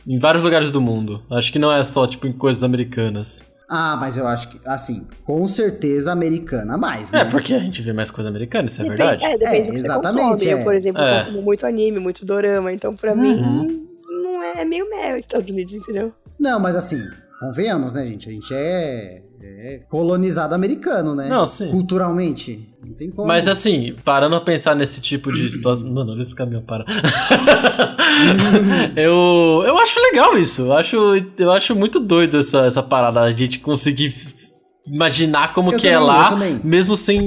S4: em vários lugares do mundo. Acho que não é só tipo em coisas americanas.
S3: Ah, mas eu acho que, assim, com certeza americana mais, né?
S4: É, porque a gente vê mais coisa americana, isso é
S1: Depende-
S4: verdade.
S1: É, depende do que você
S3: exatamente,
S1: consome. Eu,
S3: é.
S1: por exemplo,
S4: É. Uhum.
S1: consumo muito anime, muito dorama, então pra mim não é, é meio meh os Estados Unidos, entendeu?
S3: Não, mas assim, convenhamos, né, gente? A gente é, é colonizado americano, né?
S4: Não, sim.
S3: Culturalmente. Não tem como.
S4: Mas assim, parando a pensar nesse tipo de situação. Mano, olha esse caminhão para. eu, eu acho legal isso. Eu acho, eu acho muito doido essa, essa parada. A gente conseguir f- imaginar como
S3: Eu
S4: que é
S3: também, eu
S4: lá,
S3: também.
S4: mesmo sem.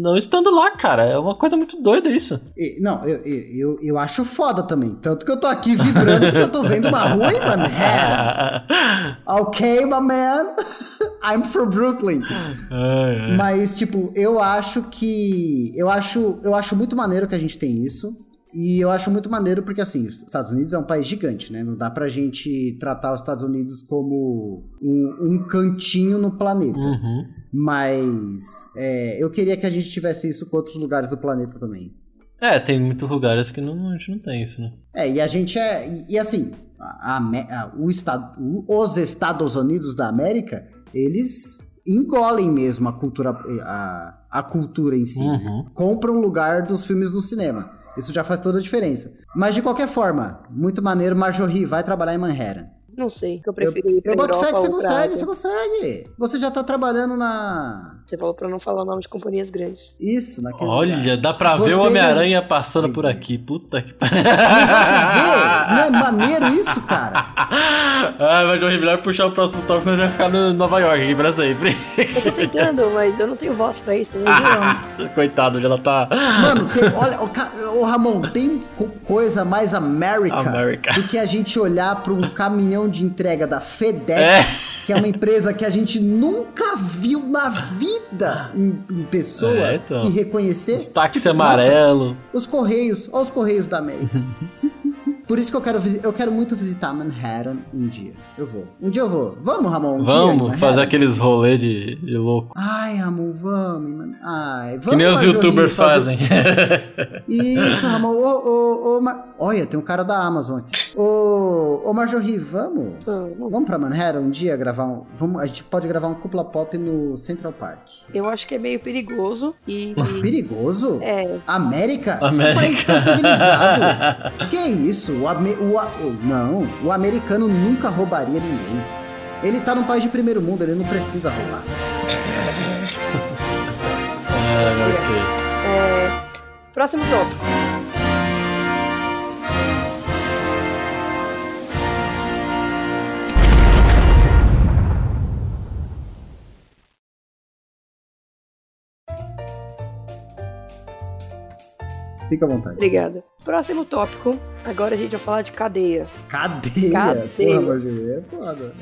S4: não estando lá, cara. É uma coisa muito doida isso.
S3: E- Não, eu, eu, eu, eu acho foda também. Tanto que eu tô aqui vibrando porque eu tô vendo uma rua em Manhattan. Ok, my man. I'm from Brooklyn.
S4: É, é.
S3: Mas, tipo, eu acho que. Eu acho, eu acho muito maneiro que a gente tem isso. E eu acho muito maneiro porque, assim, os Estados Unidos é um país gigante, né? Não dá pra gente tratar os Estados Unidos como um, um cantinho no planeta.
S4: Uhum.
S3: Mas é, eu queria que a gente tivesse isso com outros lugares do planeta também.
S4: É, tem muitos lugares que não, a gente não tem isso, né?
S3: É, e a gente é. E, e assim, a- a Amé- a- o estado, o- os Estados Unidos da América, eles engolem mesmo a cultura, a, a cultura em si.
S4: Uhum.
S3: Compram um lugar dos filmes no cinema. Isso já faz toda a diferença. Mas de qualquer forma, muito maneiro, Marjorie, vai trabalhar em Manhattan.
S1: Não sei, que eu
S3: Eu,
S1: prefiro ir pra
S3: eu boto
S1: Europa
S3: fé que você
S1: ou pra
S3: consegue, você
S1: Ásia.
S3: consegue. Você já tá trabalhando na.
S1: Você falou pra não falar nome de companhias grandes.
S3: Isso, naquele.
S4: Olha,
S3: lugar.
S4: dá pra
S3: Você
S4: ver o
S3: já-
S4: Homem-Aranha passando
S3: Ai,
S4: por aqui. Puta que
S3: Não dá pra
S4: pariu.
S3: ver? Não é maneiro isso, cara?
S4: Ah, mas o melhor puxar o próximo tópico, senão a gente vai ficar no Nova York aqui pra sempre.
S1: Eu tô tentando, mas eu não tenho voz pra isso, né?
S4: Ah. Coitado, onde ela tá.
S3: Mano, tem- olha, ô, ca- ô Ramon, tem co- coisa mais América
S4: America.
S3: do que a gente olhar para um caminhão de entrega da FedEx,
S4: É.
S3: que é uma empresa que a gente nunca viu na vida em, em pessoa
S4: É, então.
S3: e reconhecer.
S4: Os táxis
S3: Tipo,
S4: amarelo.
S3: nossa, os Correios, olha os Correios da América. Por isso que eu quero, visi- eu quero muito visitar Manhattan um dia. Eu vou. Um dia eu vou. Vamos, Ramon, um dia. em
S4: Vamos
S3: Manhattan?
S4: fazer aqueles rolê de, de louco.
S3: Ai, Ramon, vamos. mano. Ai, vamos
S4: que nem os
S3: Marjorie,
S4: youtubers
S3: fazer-
S4: fazem.
S3: Isso, Ramon. Ô, ô, ô, Mar- Olha, tem um cara da Amazon aqui. Ô, ô Marjorie, vamos?
S1: Então,
S3: Vamos pra Manhattan um dia gravar um. Vamos, a gente pode gravar um cúpula pop no Central Park.
S1: Eu acho que é meio perigoso e.
S3: Perigoso?
S1: É,
S3: América?
S4: América.
S3: Um país tão civilizado. que isso? O, ame... o, a- o- Não, o americano nunca roubaria ninguém. Ele tá num país de primeiro mundo, ele não precisa roubar.
S4: é,
S1: próximo tópico.
S3: Fica à vontade.
S1: Obrigada. Próximo tópico. Agora a gente vai falar de cadeia.
S3: Cadeia.
S1: Cadeia.
S3: Porra, Marjorie, é foda.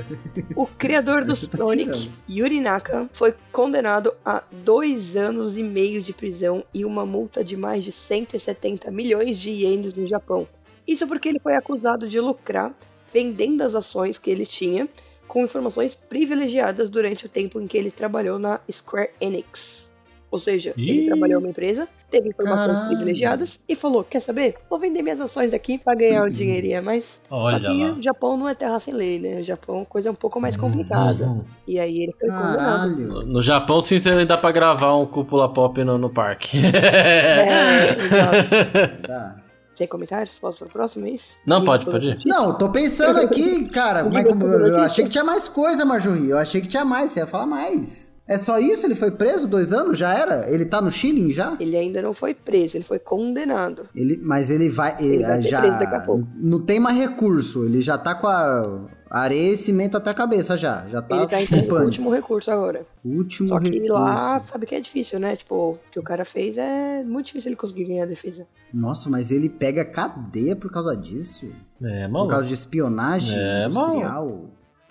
S1: O criador do
S3: Você tá
S1: Sonic,
S3: tirando.
S1: Yuri Naka, foi condenado a dois anos e meio de prisão e uma multa de mais de 170 milhões de ienes no Japão. Isso porque ele foi acusado de lucrar vendendo as ações que ele tinha com informações privilegiadas durante o tempo em que ele trabalhou na Square Enix. Ou seja, ele
S4: Ih.
S1: trabalhou em uma empresa, teve informações
S3: Caralho.
S1: privilegiadas e falou: Quer saber? Vou vender minhas ações aqui pra ganhar um dinheirinho a mais.
S4: Olha
S1: Só que
S4: lá. Uhum.
S1: o Japão não é terra sem lei, né? O Japão é coisa um pouco mais
S3: Tá.
S1: complicada. E aí ele foi condenado.
S3: Caralho.
S4: No Japão, sim, você dá pra gravar um cúpula pop no, no parque.
S1: É, exato.
S3: Tá.
S1: Sem comentários? Posso para o próximo, é isso?
S4: Não,
S1: Liga
S4: pode,
S1: toda
S4: pode ir.
S1: notícia?
S3: Não, eu tô pensando aqui, cara.
S1: Diga
S3: mas como-
S1: sobre a
S3: eu
S1: notícia.
S3: achei que tinha mais coisa, Marjorie. Eu achei que tinha mais, você ia falar mais. É só isso? Ele foi preso dois anos? Já era? Ele tá no Chile já?
S1: Ele ainda não foi preso, ele foi condenado.
S3: Ele, mas ele vai. Ele,
S1: Ele vai ser
S3: já,
S1: preso daqui a pouco.
S3: Não tem mais recurso. Ele já tá com a areia e cimento até a cabeça já. Já tá,
S1: ele tá entrando no
S3: fupando.
S1: último recurso agora.
S3: Último
S1: Só que
S3: recurso.
S1: lá, sabe que é difícil, né? Tipo, o que o cara fez é muito difícil ele conseguir ganhar a defesa.
S3: Nossa, mas ele pega cadeia por causa disso?
S4: É,
S3: Por
S4: maluco.
S3: causa de espionagem
S4: É, maluco.
S3: industrial?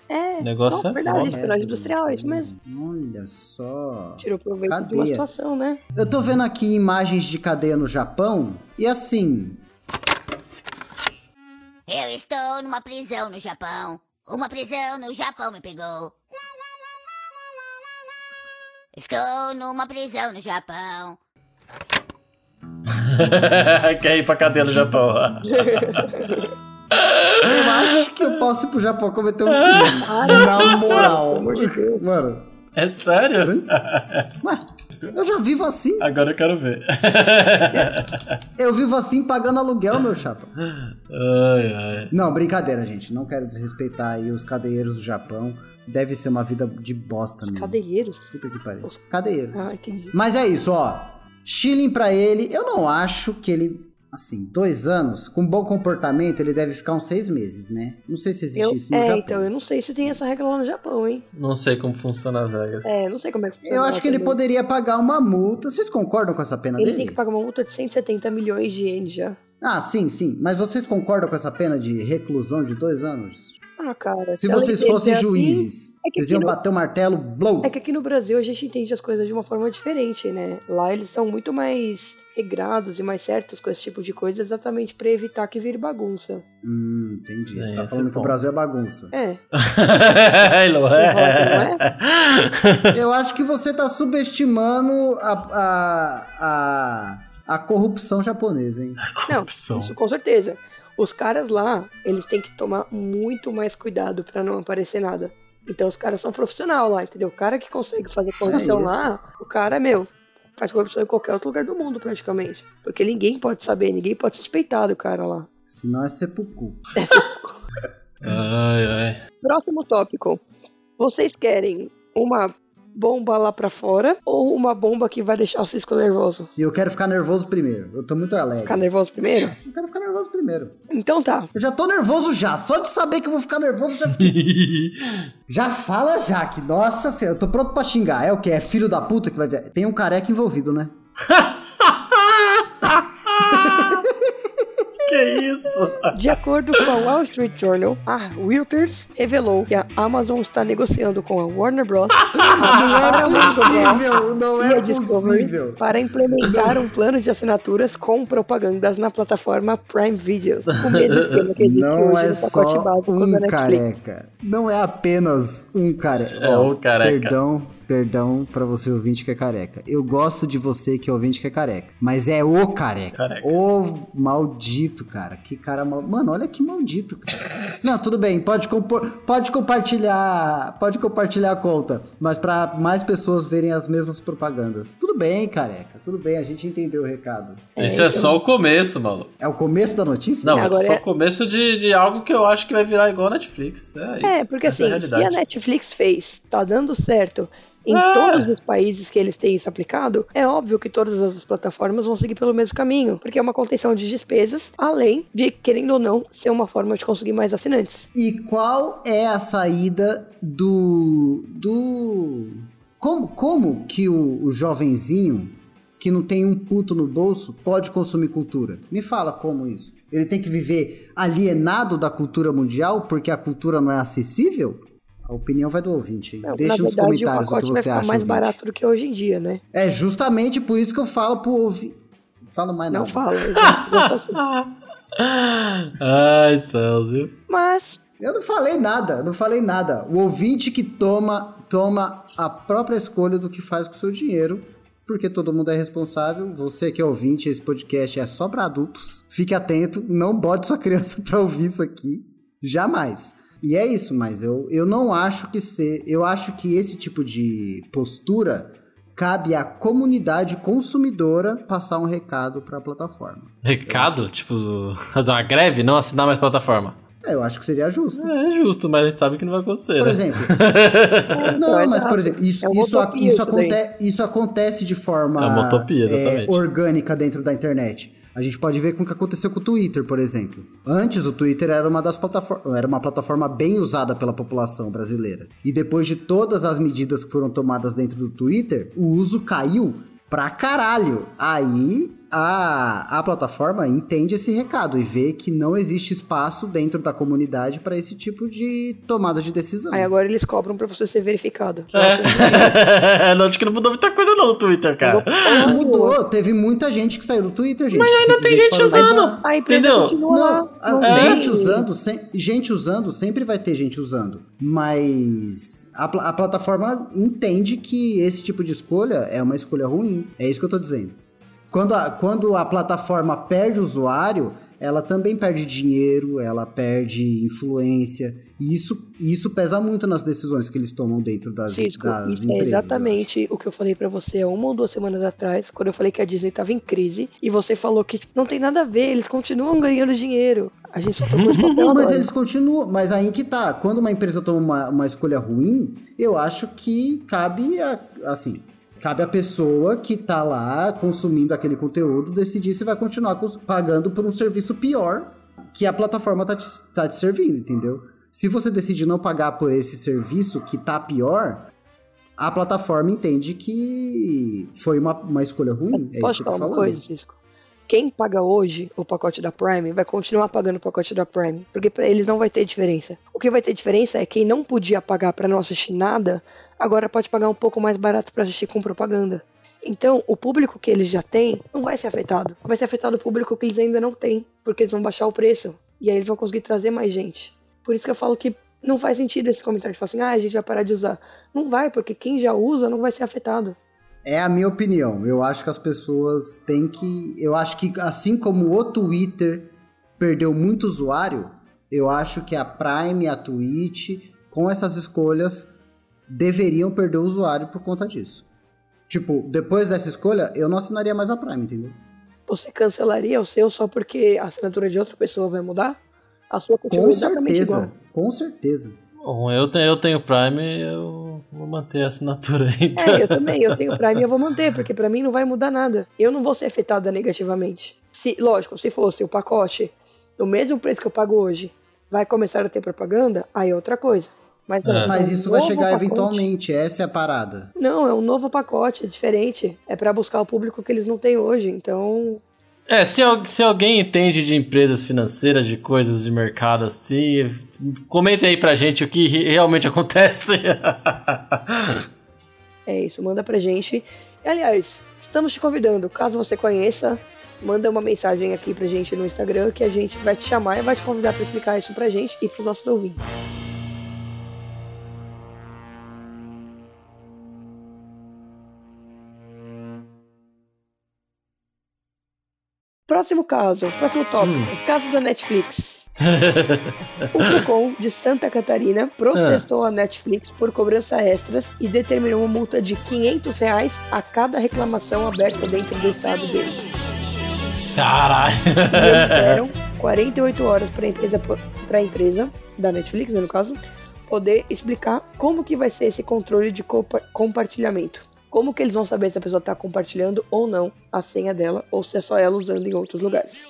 S1: É,
S4: Negócio
S1: nossa,
S4: é
S1: verdade,
S4: só.
S1: espionagem industrial, é isso mesmo.
S3: Olha só.
S1: Tirou proveito de uma
S3: Cadeia.
S1: situação, né?
S3: Eu tô vendo aqui imagens de cadeia no Japão e assim,
S5: Eu estou numa prisão no Japão. Uma prisão no Japão me pegou. Estou numa prisão no Japão.
S4: Quer ir pra cadeia no Japão.
S3: Eu acho que eu posso ir pro Japão cometer um crime. Na moral.
S1: amor de Deus.
S3: Mano,
S4: É sério?
S3: ué, eu já vivo assim.
S4: Agora eu quero ver.
S3: Eu vivo assim pagando aluguel, meu chapa.
S4: ai, ai.
S3: Não, brincadeira, gente. Não quero desrespeitar aí os cadeieiros do Japão. Deve ser uma vida de bosta,
S1: Os
S3: mesmo.
S1: cadeieiros.
S3: Puta que pariu. Os cadeieiros.
S1: Ah, entendi.
S3: Mas é isso, ó. Chilling pra ele, eu não acho que ele. Assim, dois anos, com bom comportamento, ele deve ficar uns seis meses, né? Não sei se existe
S1: Eu,
S3: isso no
S1: é,
S3: Japão.
S1: então, eu não sei se tem essa regra lá no Japão, hein?
S4: Não sei como funcionam as regras.
S1: É, não sei como é que funciona.
S3: Eu acho que ele
S1: também.
S3: poderia pagar uma multa. Vocês concordam com essa pena
S1: Ele
S3: dele?
S1: tem que pagar uma multa de 170 milhões de ienes já.
S3: Ah, sim, sim. Mas vocês concordam com essa pena de reclusão de dois anos?
S1: Ah, cara.
S3: Se
S1: a lei
S3: vocês
S1: deles
S3: fossem
S1: é assim,
S3: juízes,
S1: é que
S3: vocês iam
S1: aqui no-
S3: bater o martelo, blow!
S1: É que aqui no Brasil a gente entende as coisas de uma forma diferente, né? Lá eles são muito mais regrados e mais certos com esse tipo de coisa, exatamente pra evitar que vire bagunça.
S3: Hum, entendi. Você
S4: É,
S3: tá
S4: esse
S3: falando que o
S4: ponto.
S3: Brasil é bagunça.
S1: É.
S4: Elon,
S3: Eu acho que você tá subestimando a, a, a, a corrupção japonesa, hein?
S1: Não,
S4: Corrupção.
S1: isso com certeza. Os caras lá, eles têm que tomar muito mais cuidado pra não aparecer nada. Então os caras são profissional lá, entendeu? O cara que consegue fazer
S3: Isso é
S1: corrupção
S3: isso.
S1: lá, o cara, meu, faz corrupção em qualquer outro lugar do mundo, praticamente. Porque ninguém pode saber, ninguém pode suspeitar do cara lá.
S3: Senão é seppuku.
S4: Ai, ai.
S1: Próximo tópico. Vocês querem uma bomba lá pra fora ou uma bomba que vai deixar o Cisco nervoso?
S3: E eu quero ficar nervoso primeiro. Eu tô muito alegre.
S1: Ficar nervoso primeiro?
S3: Eu quero ficar nervoso primeiro.
S1: Então tá.
S3: Eu já tô nervoso já. Só de saber que eu vou ficar nervoso, eu já fiquei. Já fala, Jaque. Nossa senhora, eu tô pronto pra xingar. É o quê? É filho da puta que vai ver. Tem um careca envolvido, né?
S4: que isso?
S1: De acordo com a Wall Street Journal, a Reuters revelou que a Amazon está negociando com a Warner Bros. Ah, a Universal
S3: Ah, é não
S1: é
S3: é
S1: e a Discovery para implementar um plano de assinaturas com propagandas na plataforma Prime Video, o mesmo esquema que existe
S3: Não
S1: hoje
S3: é
S1: no pacote
S3: só
S1: básico da
S3: um
S1: Netflix.
S3: careca. Não é apenas um careca.
S4: É
S3: Ó,
S4: um careca.
S3: Perdão, perdão pra você ouvinte que é careca. Eu gosto de você que é ouvinte que é careca. Mas é o careca.
S4: Careca.
S3: O maldito, cara. Que cara mal... Mano, olha que maldito, cara. Não, tudo bem. Pode, compor- pode compartilhar. Pode compartilhar a conta. Mas pra mais pessoas verem as mesmas propagandas. Tudo bem, careca. Tudo bem, a gente entendeu o recado.
S4: Esse é só o começo, maluco.
S3: É o começo da notícia?
S4: Não, mas
S1: Agora
S4: é só
S1: é-
S4: o começo de, de algo que eu acho que vai virar igual a Netflix. É, isso.
S1: É, porque
S4: Essa é
S1: assim, se a
S4: realidade.
S1: Netflix fez, tá dando certo em
S4: Ah!
S1: todos os países que eles têm isso aplicado, é óbvio que todas as outras plataformas vão seguir pelo mesmo caminho, porque é uma contenção de despesas, além de, querendo ou não, ser uma forma de conseguir mais assinantes.
S3: E qual é a saída do. do. Como, como que o, o jovenzinho que não tem um puto no bolso pode consumir cultura? Me fala como isso. Ele tem que viver alienado da cultura mundial porque a cultura não é acessível? A opinião vai do ouvinte aí.
S1: Não,
S3: Deixa
S1: na
S3: nos
S1: verdade, o
S3: comentários o que
S1: pacote vai
S3: você
S1: ficar
S3: acha.
S1: mais
S3: ouvinte.
S1: barato do que hoje em dia, né?
S3: É justamente por isso que eu falo pro ouvinte. Falo mais né?
S1: Não
S3: nada.
S1: fala. exato, assim.
S4: Ai, céus, viu?
S1: Mas,
S3: Eu não falei nada, eu não falei nada. O ouvinte que toma, toma a própria escolha do que faz com o seu dinheiro, porque todo mundo é responsável. Você que é ouvinte, esse podcast é só para adultos. Fique atento, não bote sua criança pra ouvir isso aqui, jamais. E é isso, mas eu, eu não acho que ser, eu acho que esse tipo de postura cabe à comunidade consumidora passar um recado pra plataforma.
S4: Recado? Tipo, fazer uma greve? Não assinar mais plataforma.
S3: É, Eu acho que seria justo.
S4: É justo, mas a gente sabe que não vai acontecer,
S3: Por
S4: né?
S3: exemplo,
S1: Então,
S3: Não, mas
S1: exato.
S3: por exemplo, isso,
S1: É uma
S3: isso,
S1: utopia
S3: isso,
S1: isso daí.
S3: aconte- isso acontece de forma
S4: É uma utopia,
S3: é,
S4: exatamente.
S3: orgânica dentro da internet. A gente pode ver com o que aconteceu com o Twitter, por exemplo. Antes, o Twitter era uma das plataformas, era uma plataforma bem usada pela população brasileira. E depois de todas as medidas que foram tomadas dentro do Twitter, o uso caiu pra caralho. Aí a, a plataforma entende esse recado e vê que não existe espaço dentro da comunidade para esse tipo de tomada de decisão.
S1: aí agora eles cobram pra você ser verificado. que é, eu acho
S4: É. não, acho que não mudou muita coisa não no Twitter, cara.
S1: Ah,
S3: Não Ah, mudou, teve muita gente que saiu do Twitter, gente. Mas
S4: ainda tem gente usando.
S1: A empresa
S4: Entendeu?
S1: continua
S3: Não,
S1: lá.
S3: a-
S1: Não
S3: gente
S1: tem-
S3: usando, sem- gente usando, sempre vai ter gente usando. Mas a, pla- a plataforma entende que esse tipo de escolha é uma escolha ruim. É isso que eu tô dizendo. Quando a, quando a plataforma perde usuário, ela também perde dinheiro, ela perde influência. E isso, e isso pesa muito nas decisões que eles tomam dentro das,
S1: Cisco,
S3: das
S1: isso é
S3: empresas. eu acho.
S1: exatamente o que eu falei pra você há uma ou duas semanas atrás, quando eu falei que a Disney tava em crise, e você falou que tipo, não tem nada a ver, eles continuam ganhando dinheiro. A gente só trocou de papel
S3: Uhum, Mas
S1: Então, agora.
S3: eles continuam. Mas aí que tá. Quando uma empresa toma uma, uma escolha ruim, eu acho que cabe a, assim. Cabe a pessoa que tá lá consumindo aquele conteúdo decidir se vai continuar cons- pagando por um serviço pior que a plataforma tá te, tá te servindo, entendeu? Se você decidir não pagar por esse serviço que tá pior, a plataforma entende que foi uma, uma escolha ruim. É
S1: Posso
S3: isso
S1: te
S3: que
S1: falar
S3: eu tô
S1: uma
S3: falando.
S1: coisa, Cisco? Quem paga hoje o pacote da Prime vai continuar pagando o pacote da Prime, porque pra eles não vai ter diferença. O que vai ter diferença é quem não podia pagar pra não assistir nada, agora pode pagar um pouco mais barato pra assistir com propaganda. Então, o público que eles já têm não vai ser afetado. Vai ser afetado o público que eles ainda não têm, porque eles vão baixar o preço e aí eles vão conseguir trazer mais gente. Por isso que eu falo que não faz sentido esse comentário de falar assim: "Ah, a gente vai parar de usar". Não vai, porque quem já usa não vai ser afetado.
S3: É a minha opinião. Eu acho que as pessoas têm que. Eu acho que assim como o Twitter perdeu muito usuário, eu acho que a Prime, a Twitch, com essas escolhas, deveriam perder o usuário por conta disso. Tipo, depois dessa escolha, eu não assinaria mais a Prime, entendeu?
S1: Você cancelaria o seu só porque a assinatura de outra pessoa vai mudar? A sua continua
S3: Com
S1: exatamente
S3: certeza.
S1: igual.
S3: Com certeza.
S4: Bom, eu tenho, eu tenho Prime eu vou manter a assinatura aí. então.
S1: É, eu também, eu tenho Prime e eu vou manter, porque pra mim não vai mudar nada. Eu não vou ser afetada negativamente. Se, lógico, se fosse o pacote, no mesmo preço que eu pago hoje, vai começar a ter propaganda, aí é outra coisa. Mas, não,
S4: É.
S1: é
S3: Mas
S1: um
S3: isso vai
S1: novo
S3: chegar
S1: pacote.
S3: eventualmente. Essa é a parada.
S1: Não, é um novo pacote, é diferente. É pra buscar o público que eles não têm hoje. Então,
S4: É, se, al- se alguém entende de empresas financeiras, de coisas de mercado assim, comenta aí pra gente o que re- realmente acontece.
S1: É isso, manda pra gente. E, aliás, estamos te convidando, caso você conheça, manda uma mensagem aqui pra gente no Instagram que a gente vai te chamar e vai te convidar pra explicar isso pra gente e pros nossos ouvintes. Próximo caso, próximo tópico, o caso da Netflix. O PROCON de Santa Catarina processou a Netflix por cobrança extras e determinou uma multa de 500 reais a cada reclamação aberta dentro do estado deles. E eles
S4: Caralho.
S1: deram 48 horas para a empresa, pra empresa da Netflix, né, no caso, poder explicar como que vai ser esse controle de compa- compartilhamento. Como que eles vão saber se a pessoa está compartilhando ou não a senha dela, ou se é só ela usando em outros lugares.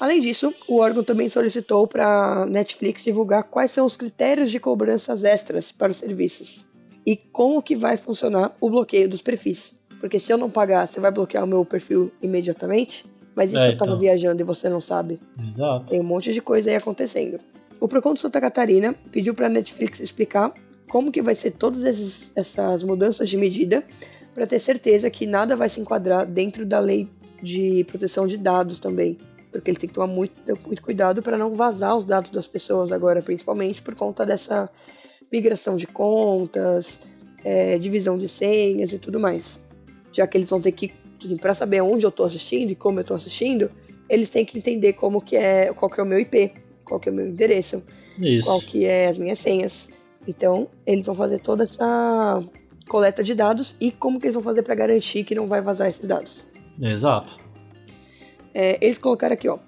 S1: Além disso, o órgão também solicitou para a Netflix divulgar quais são os critérios de cobranças extras para os serviços e como que vai funcionar o bloqueio dos perfis. Porque se eu não pagar, você vai bloquear o meu perfil imediatamente? Mas e se
S4: É,
S1: eu tava
S4: então.
S1: viajando e você não sabe?
S4: Exato.
S1: Tem um monte de coisa aí acontecendo. O Procon de Santa Catarina pediu para a Netflix explicar como que vai ser todas esses- essas mudanças de medida para ter certeza que nada vai se enquadrar dentro da lei de proteção de dados também. Porque ele tem que tomar muito, muito cuidado para não vazar os dados das pessoas agora, principalmente por conta dessa migração de contas, é, divisão de senhas e tudo mais. Já que eles vão ter que, assim, para saber onde eu tô assistindo e como eu tô assistindo, eles têm que entender como que é, qual que é o meu IP, qual que é o meu endereço, qual
S4: Isso.
S1: que é as minhas senhas. Então, eles vão fazer toda essa coleta de dados e como que eles vão fazer para garantir que não vai vazar esses dados.
S4: Exato.
S1: É, eles colocaram aqui, ó,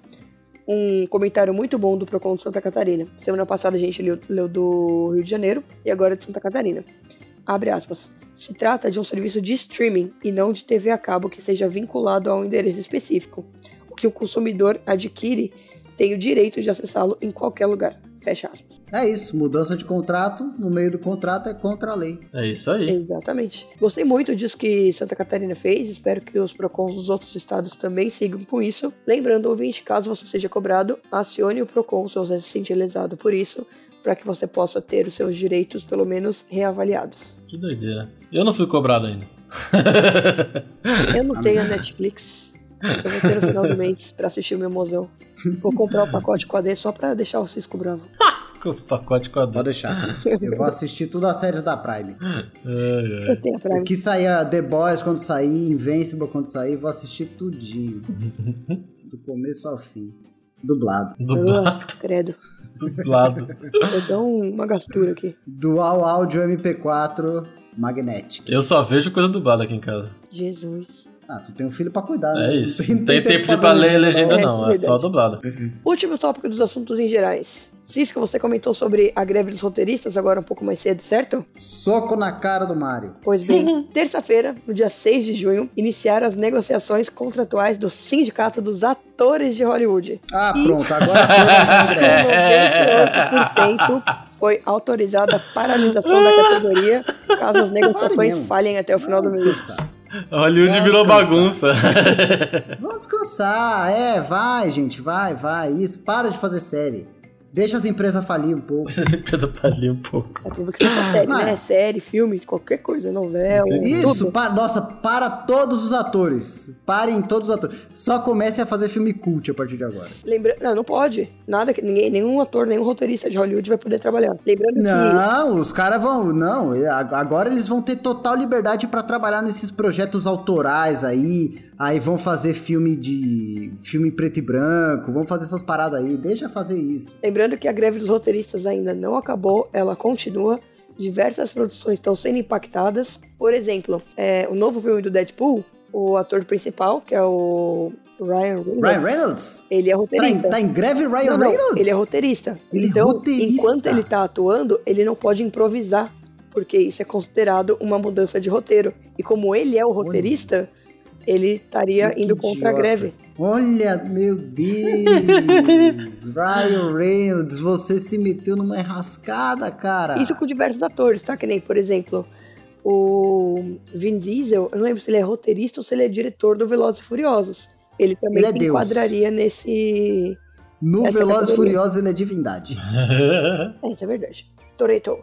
S1: um comentário muito bom do Procon de Santa Catarina. Semana passada a gente leu, leu do Rio de Janeiro e agora de Santa Catarina. Abre aspas. Se trata de um serviço de streaming e não de TV a cabo que seja vinculado a um endereço específico. O que o consumidor adquire tem o direito de acessá-lo em qualquer lugar. Fecha aspas.
S3: É isso. Mudança de contrato, no meio do contrato, é contra a lei.
S4: É isso aí.
S1: Exatamente. Gostei muito disso que Santa Catarina fez. Espero que os PROCONs dos outros estados também sigam com isso. Lembrando, ouvinte, caso você seja cobrado, acione o PROCON se você se sentir lesado por isso, para que você possa ter os seus direitos, pelo menos, reavaliados.
S4: Que doideira. Eu não fui cobrado ainda.
S1: Eu não tenho a Netflix. Só vou ter no final do mês pra assistir o meu mozão. Vou comprar o pacote com AD só pra deixar o Cisco bravo.
S4: Com o pacote com a dor.
S3: Pode deixar. Eu vou assistir tudo as séries da Prime.
S4: Ai, ai.
S1: Eu tenho a
S3: O
S1: Prime.
S3: que saía The Boys quando sair, Invincible quando sair, vou assistir tudinho. Do começo ao fim. Dublado.
S4: Dublado,
S1: Ah, credo.
S4: dublado.
S1: Eu dou um- uma gastura aqui.
S3: Dual áudio MP4 Magnetic.
S4: Eu só vejo coisa dublada aqui em casa.
S1: Jesus.
S3: Ah, tu tem um filho pra cuidar, né?
S4: É isso. Não tem tempo de pra ler legenda, não. É só dublado.
S1: Último tópico dos assuntos em gerais. Cisco, você comentou sobre a greve dos roteiristas agora um pouco mais cedo, certo?
S3: Soco na cara do Mario.
S1: Pois bem, terça-feira, no dia 6 de junho, iniciaram as negociações contratuais do Sindicato dos Atores de Hollywood.
S3: Ah,
S1: Ih.
S3: pronto, agora foi.
S1: Com 98% foi autorizada a paralisação da categoria caso as negociações
S3: mesmo.
S1: falhem até É o final do
S3: Vamos
S1: mês.
S3: descansar.
S4: Hollywood
S3: Vamos
S4: virou
S3: descansar.
S4: bagunça.
S3: Vamos descansar. É, vai, gente, vai, vai. Isso, para de fazer série. Deixa as empresas falir um pouco.
S4: Pedro Palhinha um pouco.
S1: É público que tá série,
S3: Mas-
S1: né? Série, filme, qualquer coisa, novela,
S3: Isso,
S1: tudo.
S3: para, nossa, para todos os atores. Parem todos os atores. Só comece a fazer filme cult a partir de agora.
S1: Lembra... Não, não pode. Nada que ninguém, nenhum ator, nenhum roteirista de Hollywood vai poder trabalhar. Lembrando que
S3: Não, os caras vão. Não, ag- agora eles vão ter total liberdade pra trabalhar nesses projetos autorais aí. Aí vão fazer filme de. filme preto e branco, vão fazer essas paradas aí. Deixa fazer isso.
S1: Lembrando que a greve dos roteiristas ainda não acabou, ela continua. Diversas produções estão sendo impactadas. Por exemplo, é, o novo filme do Deadpool, o ator principal, que é o Ryan Reynolds,
S3: Ryan Reynolds?
S1: ele é
S3: Tá em,
S1: roteirista.
S3: tá em greve, Ryan
S1: Não, não,
S3: Reynolds?
S1: ele é roteirista.
S3: Ele é
S1: então,
S3: roteirista.
S1: enquanto ele tá atuando, ele não pode improvisar, porque isso é considerado uma mudança de roteiro. E como ele é o roteirista, ele estaria
S3: Que
S1: indo contra a
S3: idiota.
S1: greve.
S3: Olha, meu Deus! Ryan Reynolds, você se meteu numa enrascada, cara.
S1: Isso com diversos atores, tá? Que nem, por exemplo, o Vin Diesel, eu não lembro se ele é roteirista ou se ele é diretor do Velozes e Furiosos. Ele também
S3: Ele é
S1: se
S3: Deus.
S1: enquadraria nesse.
S3: No
S1: essa
S3: Velozes e
S1: categoria.
S3: Furiosos ele é divindade.
S1: É, isso é verdade. Toretto.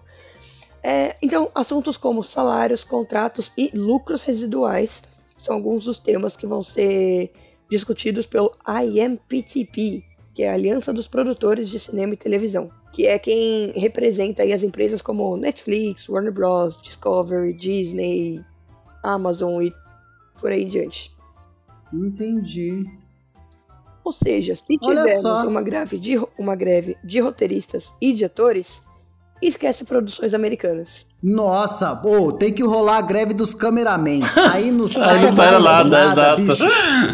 S1: É, então, assuntos como salários, contratos e lucros residuais são alguns dos temas que vão ser discutidos pelo IMPTP, que é a Aliança dos Produtores de Cinema e Televisão, que é quem representa aí as empresas como Netflix, Warner Bros, Discovery, Disney, Amazon e por aí em diante.
S3: Entendi.
S1: Ou seja, se
S3: Olha
S1: tivermos
S3: só.
S1: uma greve, de, ro- uma greve de roteiristas e de atores, esquece produções americanas.
S3: Nossa, pô, tem que rolar a greve dos cameramen. Aí não sai,
S4: não sai
S3: mais
S4: nada,
S3: nada,
S4: exato.
S3: bicho.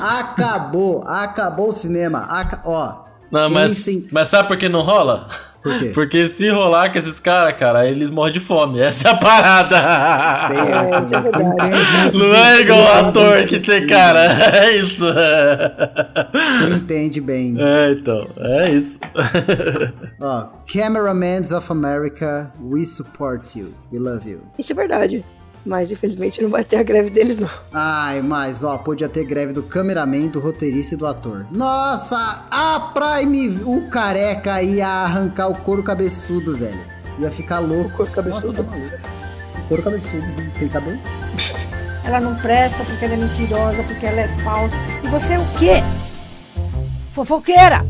S3: Acabou, acabou o cinema. Aca- Ó,
S4: Não,
S3: Ele
S4: mas,
S3: sim.
S4: mas sabe por que não rola?
S3: por quê?
S4: Porque se rolar com esses caras, cara, eles morrem de fome. Essa é a parada.
S3: Tem essa,
S1: isso é
S3: né? Tu
S1: verdade.
S3: entende isso,
S4: Não é
S3: tu
S4: igual
S3: entende
S4: ator
S3: isso.
S4: que tem cara. É isso.
S3: Tu entende bem.
S4: É, então. É isso.
S3: Ó, Cameramans of America, we support you. We love you.
S1: Isso é verdade. Mas infelizmente não vai ter a greve deles, não.
S3: Ai, mas ó, podia ter greve do cameraman, do roteirista e do ator. Nossa, a Prime, o careca ia arrancar o couro cabeçudo, velho. Ia ficar louco.
S1: O couro cabeçudo?
S3: Nossa, tá maluco. O couro cabeçudo, né? tem cabelo?
S6: Ela não presta porque ela é mentirosa, porque ela é falsa. E você é o quê? Fofoqueira!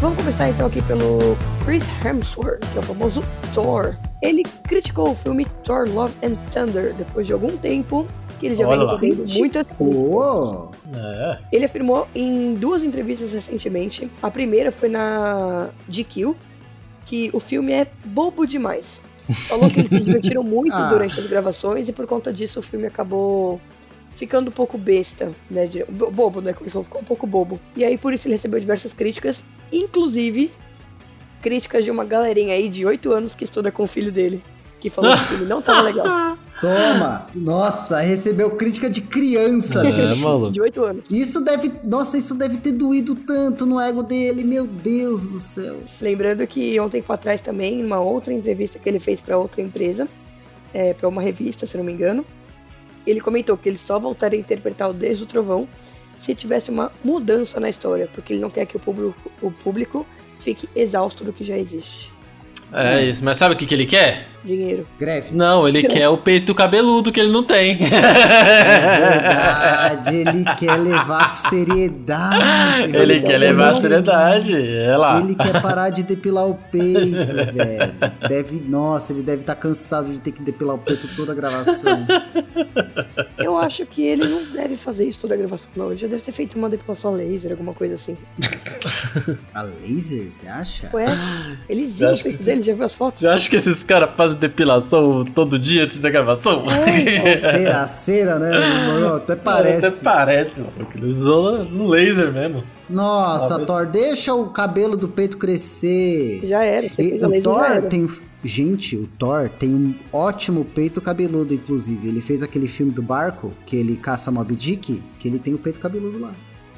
S1: Vamos começar então aqui pelo Chris Hemsworth, que é o famoso Thor. Ele criticou o filme Thor Love and Thunder depois de algum tempo que ele já
S4: Olha
S1: vem
S4: lá.
S1: recebendo muitas críticas.
S3: Ô,
S4: É.
S1: Ele afirmou em duas entrevistas recentemente. A primeira foi na GQ, que o filme é bobo demais. Falou que eles se divertiram muito
S3: Ah.
S1: durante as gravações e por conta disso o filme acabou ficando um pouco besta, né? de- bo- Bobo, né? Como ele falou, ficou um pouco bobo. E aí por isso ele recebeu diversas críticas, inclusive críticas de uma galerinha aí de 8 anos que estuda com o filho dele, que falou que o filme não tava legal.
S3: toma. Nossa, recebeu crítica de criança,
S4: É,
S3: bicho.
S4: maluco.
S1: De 8 anos.
S3: Isso deve, nossa, isso deve ter doído tanto no ego dele, meu Deus do céu.
S1: Lembrando que ontem para trás também, numa outra entrevista que ele fez para outra empresa, é, para uma revista, se não me engano, ele comentou que ele só voltaria a interpretar o Desde o Trovão se tivesse uma mudança na história, porque ele não quer que o público, o público fique exausto do que já existe.
S4: É isso. Mas sabe o que, que ele quer?
S1: dinheiro.
S3: Greve.
S4: Não, ele quer o peito cabeludo que ele não tem. É
S3: Verdade, ele quer levar com seriedade.
S4: ele
S3: velho.
S4: quer levar a seriedade. É lá.
S3: Ele quer parar de depilar o peito, velho. Deve, nossa, ele deve estar cansado de ter que depilar o peito toda a gravação.
S1: Eu acho que ele não deve fazer isso toda a gravação, não. Ele já deve ter feito uma depilação a laser, alguma coisa assim.
S3: A laser, você acha?
S1: Ué, ele zica o
S4: Ah, acha que
S1: peito
S4: sim?
S1: dele, já viu as fotos?
S4: Você acha que esses caras fazem depilação todo dia antes da gravação?
S3: Cera, cera, né? Mano, até
S4: Até
S3: parece.
S4: É, parece, mano. que Eles usam no laser mesmo. Ah,
S3: Nossa, Thor, deixa o cabelo do peito crescer.
S1: Já era, você
S3: E
S1: fez a
S3: o
S1: laser já
S3: Thor
S1: era.
S3: tem. um Gente, o Thor tem um ótimo peito cabeludo, inclusive. Ele fez aquele filme do barco, que ele caça Mob Dick, que ele tem o peito cabeludo lá.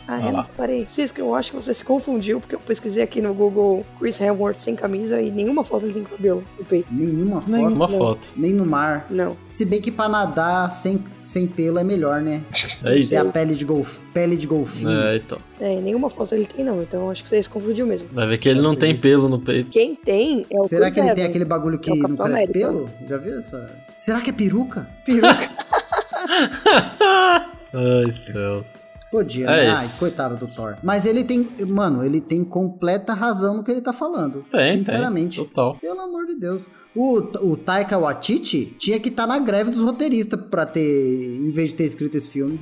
S1: Ah,
S4: Ah
S1: é?
S4: lá.
S1: Não parei. Cisca, eu acho que você se confundiu, porque eu pesquisei aqui no Google Chris Hemsworth sem camisa e nenhuma foto ele tem cabelo no peito.
S3: Nenhuma foto,
S4: Uma foto.
S3: nem no mar.
S1: Não.
S3: Se bem que pra nadar sem, sem pelo é melhor, né?
S4: É
S3: Tem a
S4: isso.
S3: pele de, golf, pele de golfinho.
S4: É, então.
S1: É, nenhuma foto ele tem, não. Então eu acho que você se confundiu mesmo.
S4: Vai ver que ele não tem pelo no peito.
S1: Quem tem é o
S3: Será
S1: Chris
S3: que ele tem
S1: Evans,
S3: aquele bagulho que
S1: é o
S3: não
S1: Capitão
S3: cresce
S1: América.
S3: pelo? Já viu essa? Será que é peruca?
S4: Ai, céus.
S3: Podia,
S4: É
S3: né? Ai,
S4: isso.
S3: coitado do Thor. Mas ele tem. Mano, ele tem completa razão no que ele tá falando.
S4: Tem,
S3: sinceramente.
S4: tem, total.
S3: Pelo amor de Deus. O, o Taika Waititi tinha que estar na greve dos roteiristas pra ter. Em vez de ter escrito esse filme.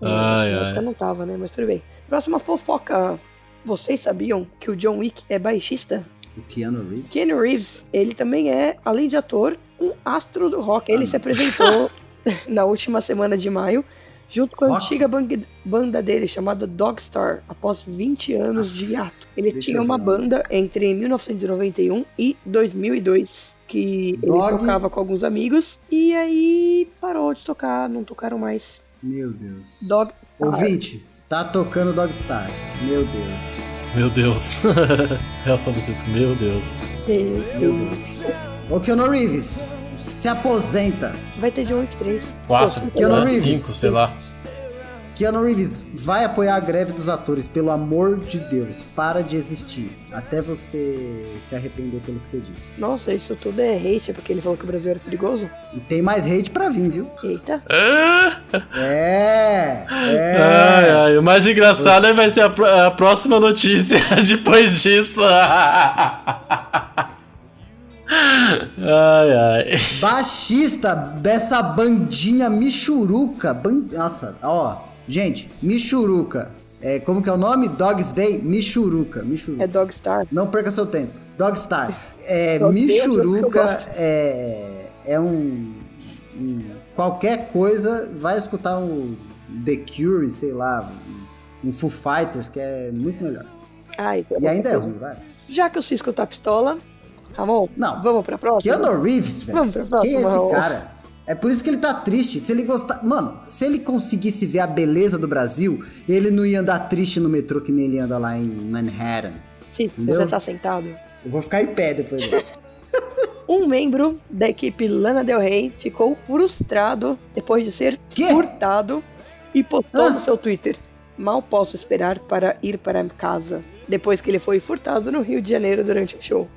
S4: Ai,
S1: Na época
S4: ai.
S1: não tava, né? Mas tudo bem. Próxima fofoca. Vocês sabiam que o John Wick é baixista?
S3: O Keanu Reeves.
S1: Keanu Reeves, ele também é, além de ator, um astro do rock.
S3: Ah,
S1: Ele se apresentou na última semana de maio, junto com a
S3: Rock?
S1: antiga bang- banda dele, chamada Dogstar, após 20 anos de hiato. Ele
S3: Ah, Deixa
S1: tinha
S3: eu
S1: uma
S3: ver.
S1: banda entre 1991 e 2002, que
S3: Dog-
S1: ele tocava com alguns amigos, e aí parou de tocar, não tocaram mais.
S3: Meu Deus.
S1: Dogstar.
S3: Ouvinte, tá tocando Dogstar. Meu Deus.
S4: Meu Deus. Reação dos vocês. Meu Deus.
S1: É,
S3: Meu Deus. Ô Keanu Reeves, se aposenta.
S1: Vai ter John Wick 3.
S4: Quatro, né?
S1: Pô,
S3: Keanu Reeves.
S4: cinco, sei lá.
S3: Keanu Reeves, vai apoiar a greve dos atores, pelo amor de Deus. Para de existir. Até você se arrepender pelo que você disse.
S1: Nossa, isso tudo é hate, é porque ele falou que o Brasil era perigoso?
S3: E tem mais hate pra vir, viu?
S1: Eita.
S3: É!
S4: Ai,
S3: É!
S4: ai. O mais engraçado é vai ser a, pró- a próxima notícia depois disso. Ai, ai.
S3: Baixista dessa bandinha Michuruca. Ban... Nossa, ó. Gente, Michuruca. É, como que é o nome? Dogs Day? Michuruca. Michuruca.
S1: É Dogstar.
S3: Não perca seu tempo. Dogstar. É,
S1: Meu Deus, eu
S3: Michuruca
S1: gosto.
S3: é, é um, um- Qualquer coisa, vai escutar um The Cure, sei lá, um, um Foo Fighters, que é muito melhor.
S1: Ah, isso é
S3: E
S1: outra
S3: ainda é
S1: coisa.
S3: ruim, vai.
S1: Já que o Cisco tá pistola, Ramon,
S3: Não.
S1: vamos pra próxima?
S3: Keanu Reeves, velho.
S1: Vamos pra próxima,
S3: Quem é esse
S1: Raul.
S3: cara? É por isso que ele tá triste. Se ele gostar. Mano, se ele conseguisse ver a beleza do Brasil, ele não ia andar triste no metrô que nem ele anda lá em Manhattan.
S1: Cisco,
S3: Entendeu?
S1: você tá sentado?
S3: Eu vou ficar em pé depois dessa.
S1: Um membro da equipe Lana Del Rey ficou frustrado depois de ser
S3: Quê?
S1: furtado e postou
S3: Ah.
S1: no seu Twitter. Mal posso esperar para ir para casa. Depois que ele foi furtado no Rio de Janeiro durante o show.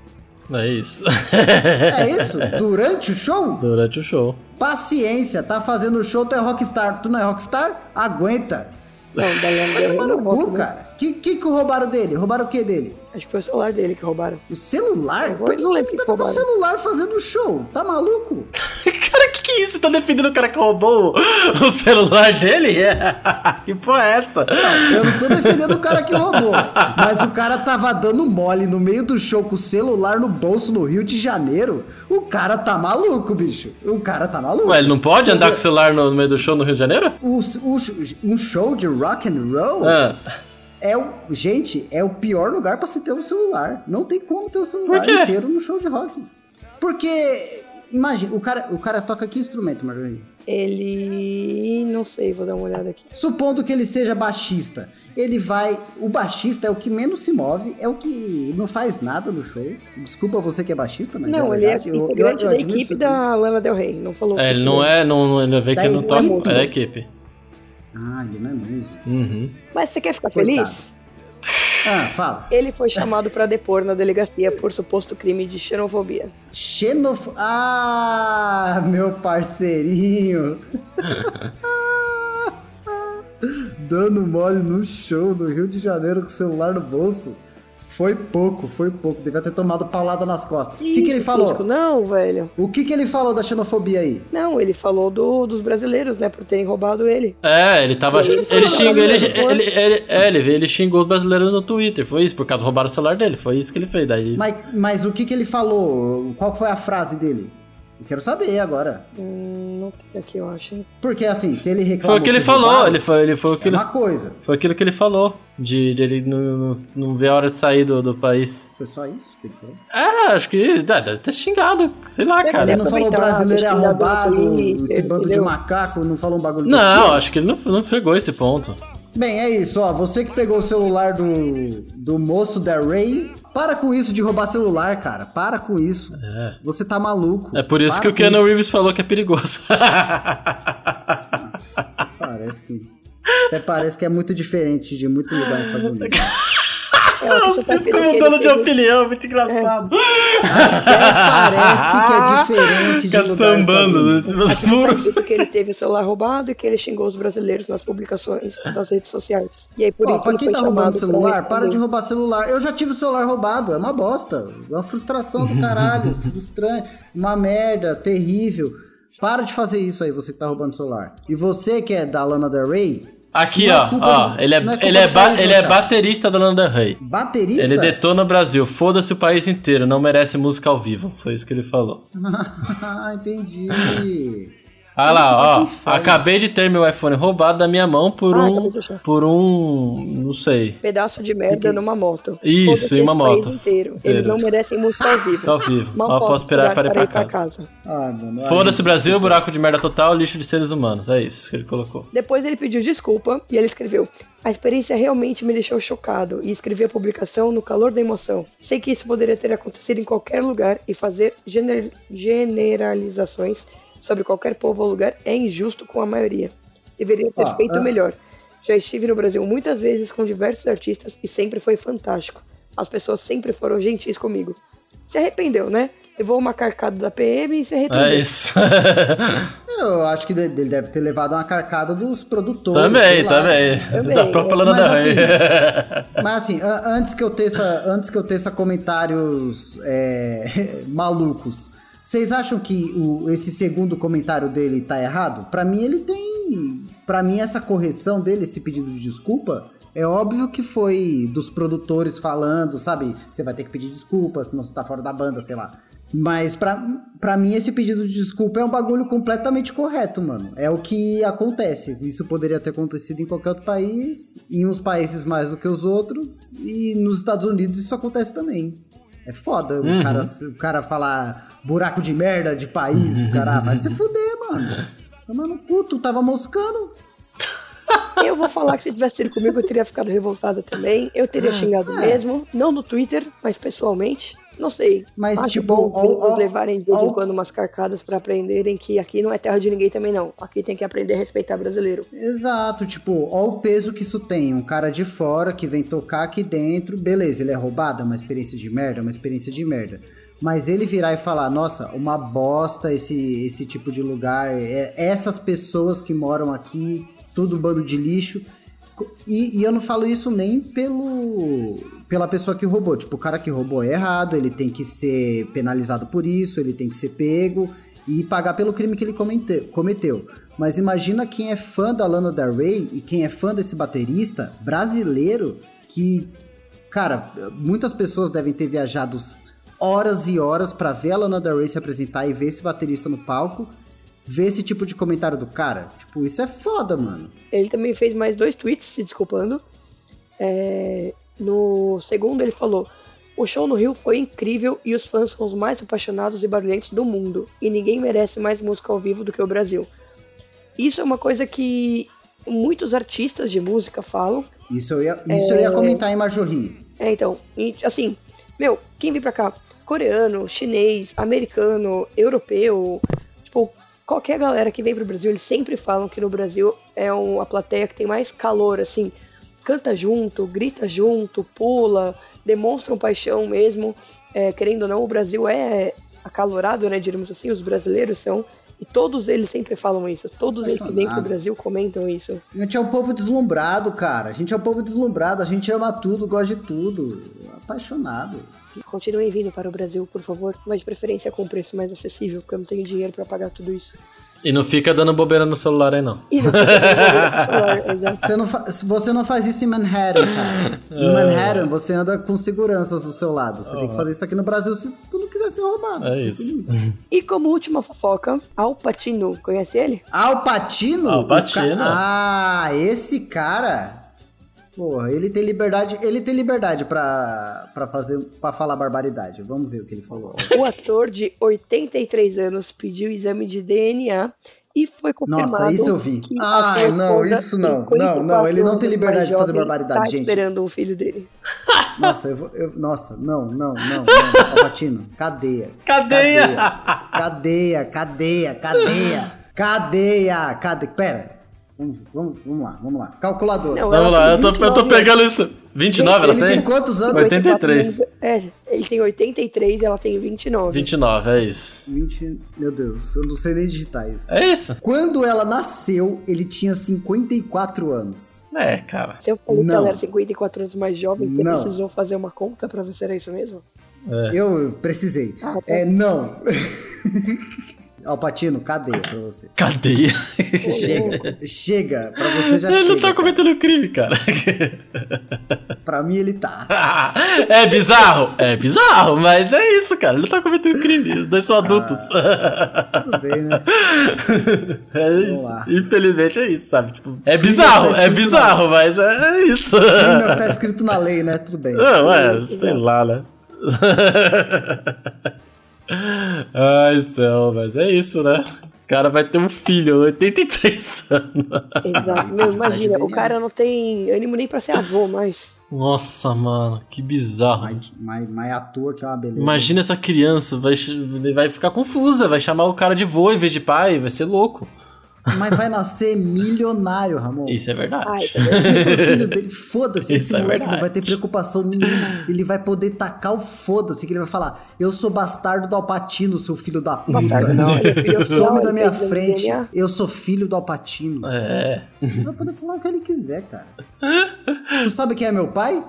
S4: É isso.
S3: é isso? Durante o show?
S4: Durante o show.
S3: Paciência, tá fazendo show, tu é rockstar. Tu não é rockstar? Aguenta.
S1: Não, da Lana Del Rey
S3: Toma
S1: não
S3: no cu,
S1: rock, né?
S3: cara. Que, que que roubaram dele? Roubaram o que dele?
S1: Acho que foi o celular dele que roubaram.
S3: O celular?
S1: Eu
S3: Por que,
S1: não
S3: que
S1: lembro
S3: ele
S1: que
S3: tava com o
S1: roubaram.
S3: celular fazendo show? Tá maluco?
S4: Cara, que que é isso? Você tá defendendo o cara que roubou o celular dele? que porra é essa?
S3: Eu não tô defendendo o cara que roubou. Mas o cara tava dando mole no meio do show com o celular no bolso no Rio de Janeiro. O cara tá maluco, bicho. O cara tá maluco.
S4: Ué, ele não pode andar com o celular no no meio do show no Rio de Janeiro?
S3: O- o- um show de rock and roll
S4: Ah,
S3: é o gente é o pior lugar pra se ter um celular. Não tem como ter um celular
S4: Por quê?
S3: inteiro no show de rock. Porque imagina o cara o cara toca que instrumento, Marjorie?
S1: Ele. Não sei, vou dar uma olhada aqui.
S3: Supondo que ele seja baixista, ele vai. O baixista é o que menos se move, é o que não faz nada no show. Desculpa você que é baixista, mas.
S1: Não,
S3: é
S1: ele é
S3: verdade, eu- eu-
S1: integrante
S3: eu
S1: da
S3: admiro
S1: equipe
S3: isso
S1: da Lana Del Rey, não falou.
S4: é,
S1: que
S4: ele não é, não, não- ele vê que
S3: Da
S4: ele não toca.
S3: equipe.
S4: É da equipe.
S3: tudo. Ah, ele não é músico.
S4: Uhum.
S1: Mas você quer ficar
S3: Coitado.
S1: feliz?
S3: Ah, fala.
S1: Ele foi chamado para depor na delegacia por suposto crime de xenofobia.
S3: Xenof... Ah, meu parceirinho. Dando mole no show do Rio de Janeiro com o celular no bolso. Foi pouco, foi pouco. Devia ter tomado paulada nas costas. O que, que ele
S1: isso, né?
S3: falou?
S1: Cisco? Não, velho.
S3: O que, que ele falou da xenofobia aí?
S1: Não, ele falou do- dos brasileiros, né? Por terem roubado ele.
S4: É, ele tava.
S3: Ele
S4: Ele,
S3: falou
S4: xingou, ele,
S1: brasileiro,
S4: ele, ele- é, ele, ele xingou os brasileiros no Twitter, foi isso, por causa roubaram o celular dele, foi isso que ele fez. Daí.
S3: Mas, mas o que, que ele falou? Qual foi a frase dele? Eu quero saber agora.
S1: Hum, não tem aqui, eu acho, É, hein?
S3: Porque assim, se ele reclamou.
S4: foi o que ele falou,
S3: roubaram,
S4: ele foi, ele foi o
S3: É
S4: que ele,
S3: uma coisa.
S4: foi aquilo que ele falou. De, de ele não, não, não ver a hora de sair do, do país.
S3: Foi só isso que ele falou.
S4: É, acho que. dá- Deve ter xingado. Sei lá,
S1: É,
S4: cara.
S3: ele não falou
S1: aproveitado,
S3: brasileiro é
S1: xingador
S3: arrombado,
S1: também,
S3: esse bando de
S1: entendeu?
S3: macaco, não falou um bagulho
S4: Não,
S3: desse.
S4: acho que ele não, não chegou a esse ponto.
S3: Bem, é isso, ó. Você que pegou o celular do, do moço da Ray, para com isso de roubar celular, cara. Para com isso.
S4: É.
S3: Você tá maluco.
S4: É por isso
S3: Para
S4: que o
S3: com
S4: Keanu Reeves falou que é perigoso.
S3: isso. Parece que. Até parece que é muito diferente de muito lugar nos Estados Unidos.
S1: É, o
S4: Nossa,
S3: tá
S1: sotaque
S4: isso
S1: daquele
S4: mudando de
S1: período.
S4: opinião,
S3: É.
S4: muito engraçado.
S3: Até parece que é diferente de
S4: Fica
S3: lugar nos Estados
S4: sambando. né?
S3: Unidos.
S4: Puro.
S1: Dito que ele teve o celular roubado e que ele xingou os brasileiros nas publicações das redes sociais. E aí por
S3: Ó,
S1: isso
S3: pra
S1: ele
S3: quem
S1: foi
S3: tá
S1: chamado pra
S3: roubando celular, para de
S1: responder.
S3: roubar celular. Eu já tive o celular roubado, é uma bosta. É uma frustração do caralho, frustrante, uma merda, terrível. Para de fazer isso aí, você que tá roubando celular. E você que é da Lana Del Rey,
S4: Aqui,
S3: Não é
S4: ó,
S3: culpa
S4: ó.
S3: do-
S4: Ele é,
S3: não é culpa
S4: ele é,
S3: do
S4: ba-
S3: país,
S4: ele
S3: não,
S4: é
S3: cara.
S4: baterista da Lana Del Rey.
S3: baterista...
S4: Ele detona o Brasil, foda-se o país inteiro, não merece música ao vivo. Foi isso que ele falou.
S3: ah, entendi.
S4: Ah lá, ó.
S3: inferno.
S4: Acabei de ter meu iPhone roubado da minha mão por
S1: Ah,
S4: um.
S1: acabei de achar.
S4: Por um. Não sei.
S1: Pedaço de merda numa moto.
S4: Isso,
S1: Foda-se
S4: em uma
S1: esse país
S4: moto.
S1: Inteiro. Eles
S4: Inteiro.
S1: não merecem música ao vivo.
S4: tá Ao vivo.
S1: Mal
S4: Ó, posso esperar para ir pra
S1: casa.
S3: Ah, mano, olha
S4: Foda-se
S3: isso.
S4: Brasil, buraco de merda total, lixo de seres humanos. É isso que ele colocou.
S1: Depois ele pediu desculpa e ele escreveu: A experiência realmente me deixou chocado e escrevi a publicação no calor da emoção. Sei que isso poderia ter acontecido em qualquer lugar e fazer gener- generalizações sobre qualquer povo ou lugar é injusto com a maioria. Deveria ter
S3: Ah,
S1: feito
S4: é.
S3: ah.
S1: melhor. Já estive no Brasil muitas vezes com diversos artistas e sempre foi fantástico. As pessoas sempre foram gentis comigo. Se arrependeu, né? Levou uma carcada da PM e se arrependeu.
S4: É isso.
S3: Eu acho que de- ele deve ter levado uma carcada dos produtores. sei
S4: também,
S3: lá.
S4: também.
S1: Também,
S4: Da própria Lana Del
S3: mas
S4: Rey.
S3: Mas assim, a- antes que eu teça, antes que eu teça comentários é, malucos, vocês acham que o- esse segundo comentário dele tá errado? Pra mim ele tem, Pra mim essa correção dele, esse pedido de desculpa, é óbvio que foi dos produtores falando, sabe? Você vai ter que pedir desculpa, senão você tá fora da banda, sei lá. Mas pra, pra mim esse pedido de desculpa é um bagulho completamente correto, mano. É o que acontece. Isso poderia ter acontecido em qualquer outro país, em uns países mais do que os outros, e nos Estados Unidos isso acontece também. É foda o,
S4: Uhum.
S3: cara, o cara falar buraco de merda de país, do caralho. Vai se fuder, mano. Mano, puto, tava moscando.
S1: Eu vou falar que se tivesse sido comigo, eu teria ficado revoltada também. Eu teria
S3: Ah,
S1: xingado
S3: é.
S1: mesmo. Não no Twitter, mas pessoalmente. Não sei.
S3: Mas,
S1: Acho
S3: tipo,
S1: bom os
S3: ó,
S1: gringos
S3: ó,
S1: levarem de vez
S3: ó,
S1: em quando umas carcadas pra aprenderem que aqui não é terra de ninguém também, não. Aqui tem que aprender a respeitar brasileiro.
S3: Exato, tipo, ó o peso que isso tem. Um cara de fora que vem tocar aqui dentro, beleza, ele é roubado, é uma experiência de merda, é uma experiência de merda. Mas ele virar e falar, nossa, uma bosta esse, esse tipo de lugar, é- essas pessoas que moram aqui, tudo bando de lixo. Co- E, e eu não falo isso nem pelo pela pessoa que roubou. Tipo, o cara que roubou é errado, ele tem que ser penalizado por isso, ele tem que ser pego e pagar pelo crime que ele comete- cometeu. Mas imagina quem é fã da Lana Del Rey e quem é fã desse baterista brasileiro que, cara, muitas pessoas devem ter viajado horas e horas pra ver a Lana Del Rey se apresentar e ver esse baterista no palco, ver esse tipo de comentário do cara. Tipo, isso é foda, mano.
S1: Ele também fez mais dois tweets se desculpando. É, No segundo, ele falou: O show no Rio foi incrível e os fãs são os mais apaixonados e barulhentos do mundo. E ninguém merece mais música ao vivo do que o Brasil. Isso é uma coisa que muitos artistas de música falam.
S3: Isso eu ia, isso eu ia comentar em Marjorie.
S1: É, então, e, assim, meu, quem vem pra cá? Coreano, chinês, americano, europeu, tipo, qualquer galera que vem pro Brasil, eles sempre falam que no Brasil é um, a plateia que tem mais calor, assim. canta junto, grita junto, pula, demonstram paixão mesmo. É, querendo ou não, o Brasil é acalorado, né? Diremos assim, os brasileiros são. E todos eles sempre falam isso. Todos eles que vêm pro
S3: Apaixonado.
S1: Brasil comentam isso.
S3: A gente é um povo deslumbrado, cara. A gente é um povo deslumbrado. A gente ama tudo, gosta de tudo. Apaixonado.
S1: Continuem vindo para o Brasil, por favor, mas de preferência com um preço mais acessível, porque eu não tenho dinheiro para pagar tudo isso.
S4: E não fica dando bobeira no celular aí, não.
S1: E não sei se eu tenho dinheiro pro celular, exato.
S3: Você não, fa- você não faz isso em Manhattan, cara.
S4: É.
S3: Em Manhattan, você anda com seguranças do seu lado. Você tem que fazer isso aqui no Brasil se tu não quiser ser roubado.
S4: É
S3: Você
S4: isso.
S3: tem-
S1: E como última fofoca, Al Pacino, conhece ele?
S3: Al Pacino?
S4: Al Pacino.
S3: O ca- Ah, esse cara. Porra, ele tem liberdade, ele tem liberdade pra, pra fazer, para falar barbaridade. Vamos ver o que ele falou.
S1: O Um ator de 83 anos pediu exame de DNA e foi confirmado.
S3: Nossa, isso eu vi.
S1: que
S3: Ah,
S1: a sua
S3: não,
S1: esposa,
S3: isso não. Não, não, ele não
S1: 54
S3: tem liberdade
S1: anos
S3: de fazer
S1: mais jovem,
S3: barbaridade,
S1: tá
S3: gente.
S1: esperando um filho dele.
S3: Nossa, eu vou, eu- nossa, não, não, não, não. Al Pacino, cadeia.
S4: Cadeia!
S3: Cadeia, cadeia, cadeia. Cadeia, cadeia. Pera. Vamos, vamos, vamos lá, vamos lá. Calculadora.
S1: Não,
S4: Vamos
S1: ela tem
S4: lá, eu tô, eu
S1: 29
S4: tô pegando isso. 29
S3: né? ele
S4: ela tem?
S3: tem quantos anos?
S4: 83.
S1: É, ele tem 83 e ela tem 29.
S4: 29, é isso.
S3: 20, meu Deus, eu não sei nem digitar isso.
S4: É isso?
S3: Quando ela nasceu, ele tinha 54 anos.
S4: É, cara.
S1: Se eu falei que
S3: Não.
S1: ela era 54 anos mais jovem, você
S3: Não.
S1: precisou fazer uma conta pra ver se era isso mesmo?
S4: É.
S3: Eu precisei.
S1: Ah, tá.
S3: É, não. Alpatino, cadeia pra você.
S4: Cadeia.
S3: Chega, chega, pra você já
S4: ele
S3: chega.
S4: não tá
S3: cara.
S4: cometendo crime, cara.
S3: Pra mim ele tá.
S4: é bizarro? É bizarro, mas é isso, cara. Ele não tá cometendo crime. Os dois
S3: Ah.
S4: são adultos.
S3: Tudo bem, né?
S4: é isso.
S3: lá. tá
S4: Infelizmente é isso, sabe? Tipo, é bizarro, é
S3: escrito
S4: bizarro, mas é isso.
S3: Crime é o que tá escrito na lei, né? Tudo bem.
S4: Ah,
S1: é,
S4: ué, sei lá, né? Ai, céu, mas é isso, né? O cara vai ter um filho, 83 anos.
S1: Exato. Meu, imagina, o
S3: DNA.
S1: cara não tem ânimo nem pra ser avô mais.
S4: Nossa, mano, que bizarro.
S3: Mas, mas, mas à toa que é uma beleza.
S4: Imagina essa criança, vai, ch- vai ficar confusa, vai chamar o cara de vô em vez de pai, vai ser louco.
S3: Mas vai nascer milionário, Ramon.
S4: Isso é
S1: Ah,
S4: verdade.
S1: isso é verdade.
S3: Se for filho dele, foda-se. Esse
S4: Isso é
S3: moleque
S4: verdade.
S3: não vai ter preocupação nenhuma. Ele vai poder tacar o foda-se, que ele vai falar: Eu sou bastardo do Alpatino, seu filho da puta.
S1: Bastardo não, ele é filho
S3: Some
S1: oficial,
S3: da
S1: ele
S3: minha
S1: fez exame de
S3: frente.
S1: DNA.
S3: Eu sou filho do Alpatino.
S4: É.
S3: Ele vai poder falar o que ele quiser, cara. tu sabe quem é meu pai?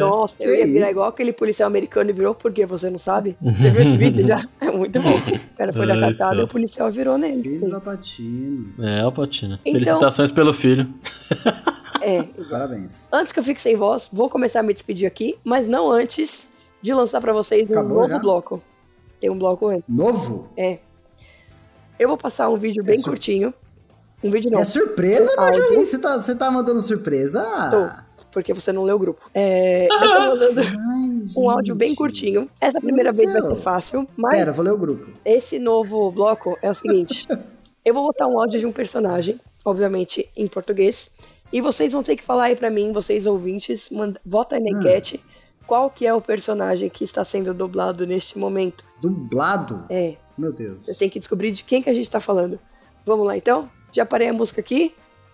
S1: Nossa, eu
S3: É. Que
S1: ia virar
S3: isso?
S1: igual aquele policial americano e virou porque você não sabe? Você viu esse vídeo já? É muito bom. O cara foi
S4: Ai,
S1: da catada e o
S4: céus.
S1: policial virou nele.
S3: Filho do Alpatino.
S4: É, Alpatina.
S1: Então-
S4: Felicitações pelo filho.
S1: É,
S3: Parabéns.
S1: Antes que eu fique sem voz, vou começar a me despedir aqui, mas não antes de lançar pra vocês um
S3: Acabou
S1: novo
S3: já?
S1: bloco. Tem um bloco antes.
S3: Novo?
S1: Eu vou passar um vídeo bem
S3: sur-
S1: curtinho. Um vídeo não,
S3: É surpresa,
S1: Áudio.
S3: Marjorie? Você tá, você tá mandando surpresa?
S1: Tô. porque você não leu o grupo. É, eu tô mandando
S3: Ai,
S1: um áudio bem
S3: gente.
S1: curtinho. Essa
S3: Meu
S1: primeira
S3: Deus
S1: vez
S3: do
S1: vai
S3: céu.
S1: ser fácil, mas
S3: Pera, vou ler o grupo.
S1: esse novo bloco é o seguinte. eu vou botar um áudio de um personagem, obviamente em português, e vocês vão ter que falar aí pra mim, vocês ouvintes, manda, vota aí na
S3: Ah.
S1: enquete qual que é o personagem que está sendo dublado neste momento.
S3: Dublado?
S1: É,
S3: Meu Deus.
S1: Vocês têm que descobrir de quem que a gente tá falando. Vamos lá então? Já parei a música aqui.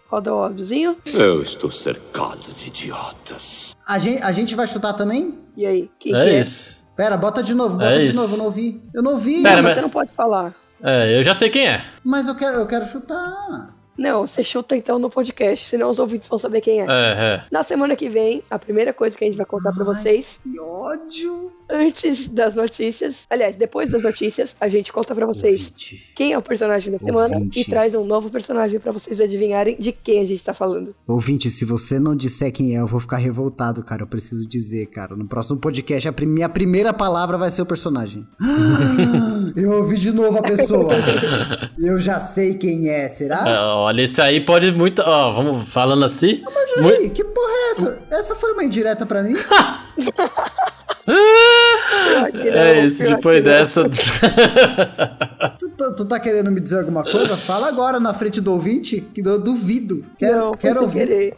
S1: Roda o áudiozinho.
S7: Eu estou cercado de idiotas.
S3: A gente, a gente vai chutar também?
S1: E aí? Quem que
S4: É isso.
S3: Pera, bota de novo, bota
S4: É
S3: de
S4: isso.
S3: novo, eu não ouvi. Eu não ouvi,
S1: Não,
S4: Pera,
S1: mas
S4: mas-
S1: você não pode falar.
S4: É, eu já sei quem é.
S3: mas eu quero, eu quero chutar.
S1: Não, você chuta então no podcast, senão os ouvintes vão saber quem é.
S4: É, é.
S1: Na semana que vem, a primeira coisa que a gente vai contar pra
S3: Ai.
S1: vocês,
S3: Que ódio.
S1: antes das notícias, aliás, depois das notícias, a gente conta pra vocês
S4: Uhum.
S3: Ouvinte,
S1: quem é o personagem da semana e
S3: Ouvinte.
S1: traz um novo personagem pra vocês adivinharem de quem a gente tá falando.
S3: Ouvinte, se você não disser quem é, eu vou ficar revoltado, cara. Eu preciso dizer, cara. No próximo podcast, a prim- minha primeira palavra vai ser o personagem. Ah, eu ouvi de novo a pessoa. eu já sei quem é,
S4: É,
S3: será?
S4: Olha, esse aí pode muito. Ó, vamos falando assim.
S3: Marjorie, que porra é essa? Essa foi uma indireta pra mim?
S1: Pior que não,
S4: É isso,
S1: pior que
S4: depois
S1: não.
S4: dessa.
S3: Tu, tu- tu tá querendo me dizer alguma coisa? Fala agora na frente do ouvinte, que eu duvido. Quero,
S1: não, foi
S3: quero
S1: sem
S3: ouvir.
S1: querer.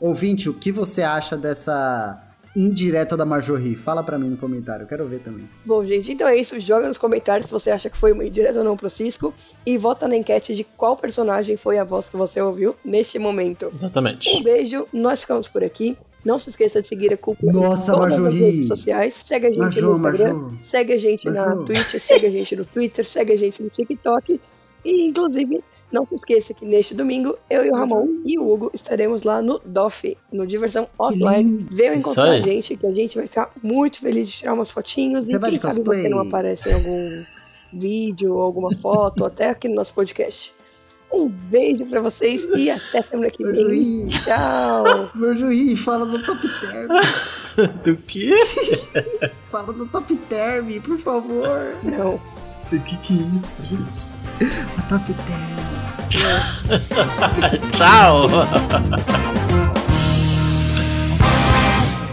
S3: Ouvinte, o que você acha dessa indireta da Marjorie? Fala pra mim no comentário, eu quero ver também.
S1: Bom, gente, então é isso. Joga nos comentários se você acha que foi uma indireta ou não pro Cisco. E vota na enquete de qual personagem foi a voz que você ouviu neste momento. Um
S4: Exatamente.
S1: beijo, nós ficamos por aqui. Não se esqueça de seguir a Culpa
S3: Nossa,
S1: em todas as
S3: Marjorie.
S1: redes sociais. Segue a gente
S3: Marjô,
S1: no Instagram,
S3: Marjô.
S1: segue a gente
S3: Marjô.
S1: na Twitch, segue a gente no Twitter, segue a gente no TikTok. E, inclusive, não se esqueça que neste domingo, eu e o Ramon e o Hugo estaremos lá no DOF, no Diversão Offline.
S3: lindo.
S1: Venham
S4: Isso
S1: encontrar a
S4: aí.
S1: gente, que a gente vai ficar muito feliz de tirar umas fotinhos.
S3: Você
S1: e
S3: vai
S1: quem
S3: de
S1: sabe
S3: cosplay?
S1: você não aparece em algum vídeo, alguma foto, até aqui no nosso podcast. Um beijo pra vocês e até semana que vem.
S3: Marjorie,
S1: Tchau!
S3: Marjorie, fala do Top Term.
S4: Do que?
S3: Fala do Top Term, por favor.
S1: Não.
S4: O que que é isso, gente?
S3: O Top Term.
S4: Tchau!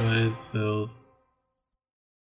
S4: Meu Deus.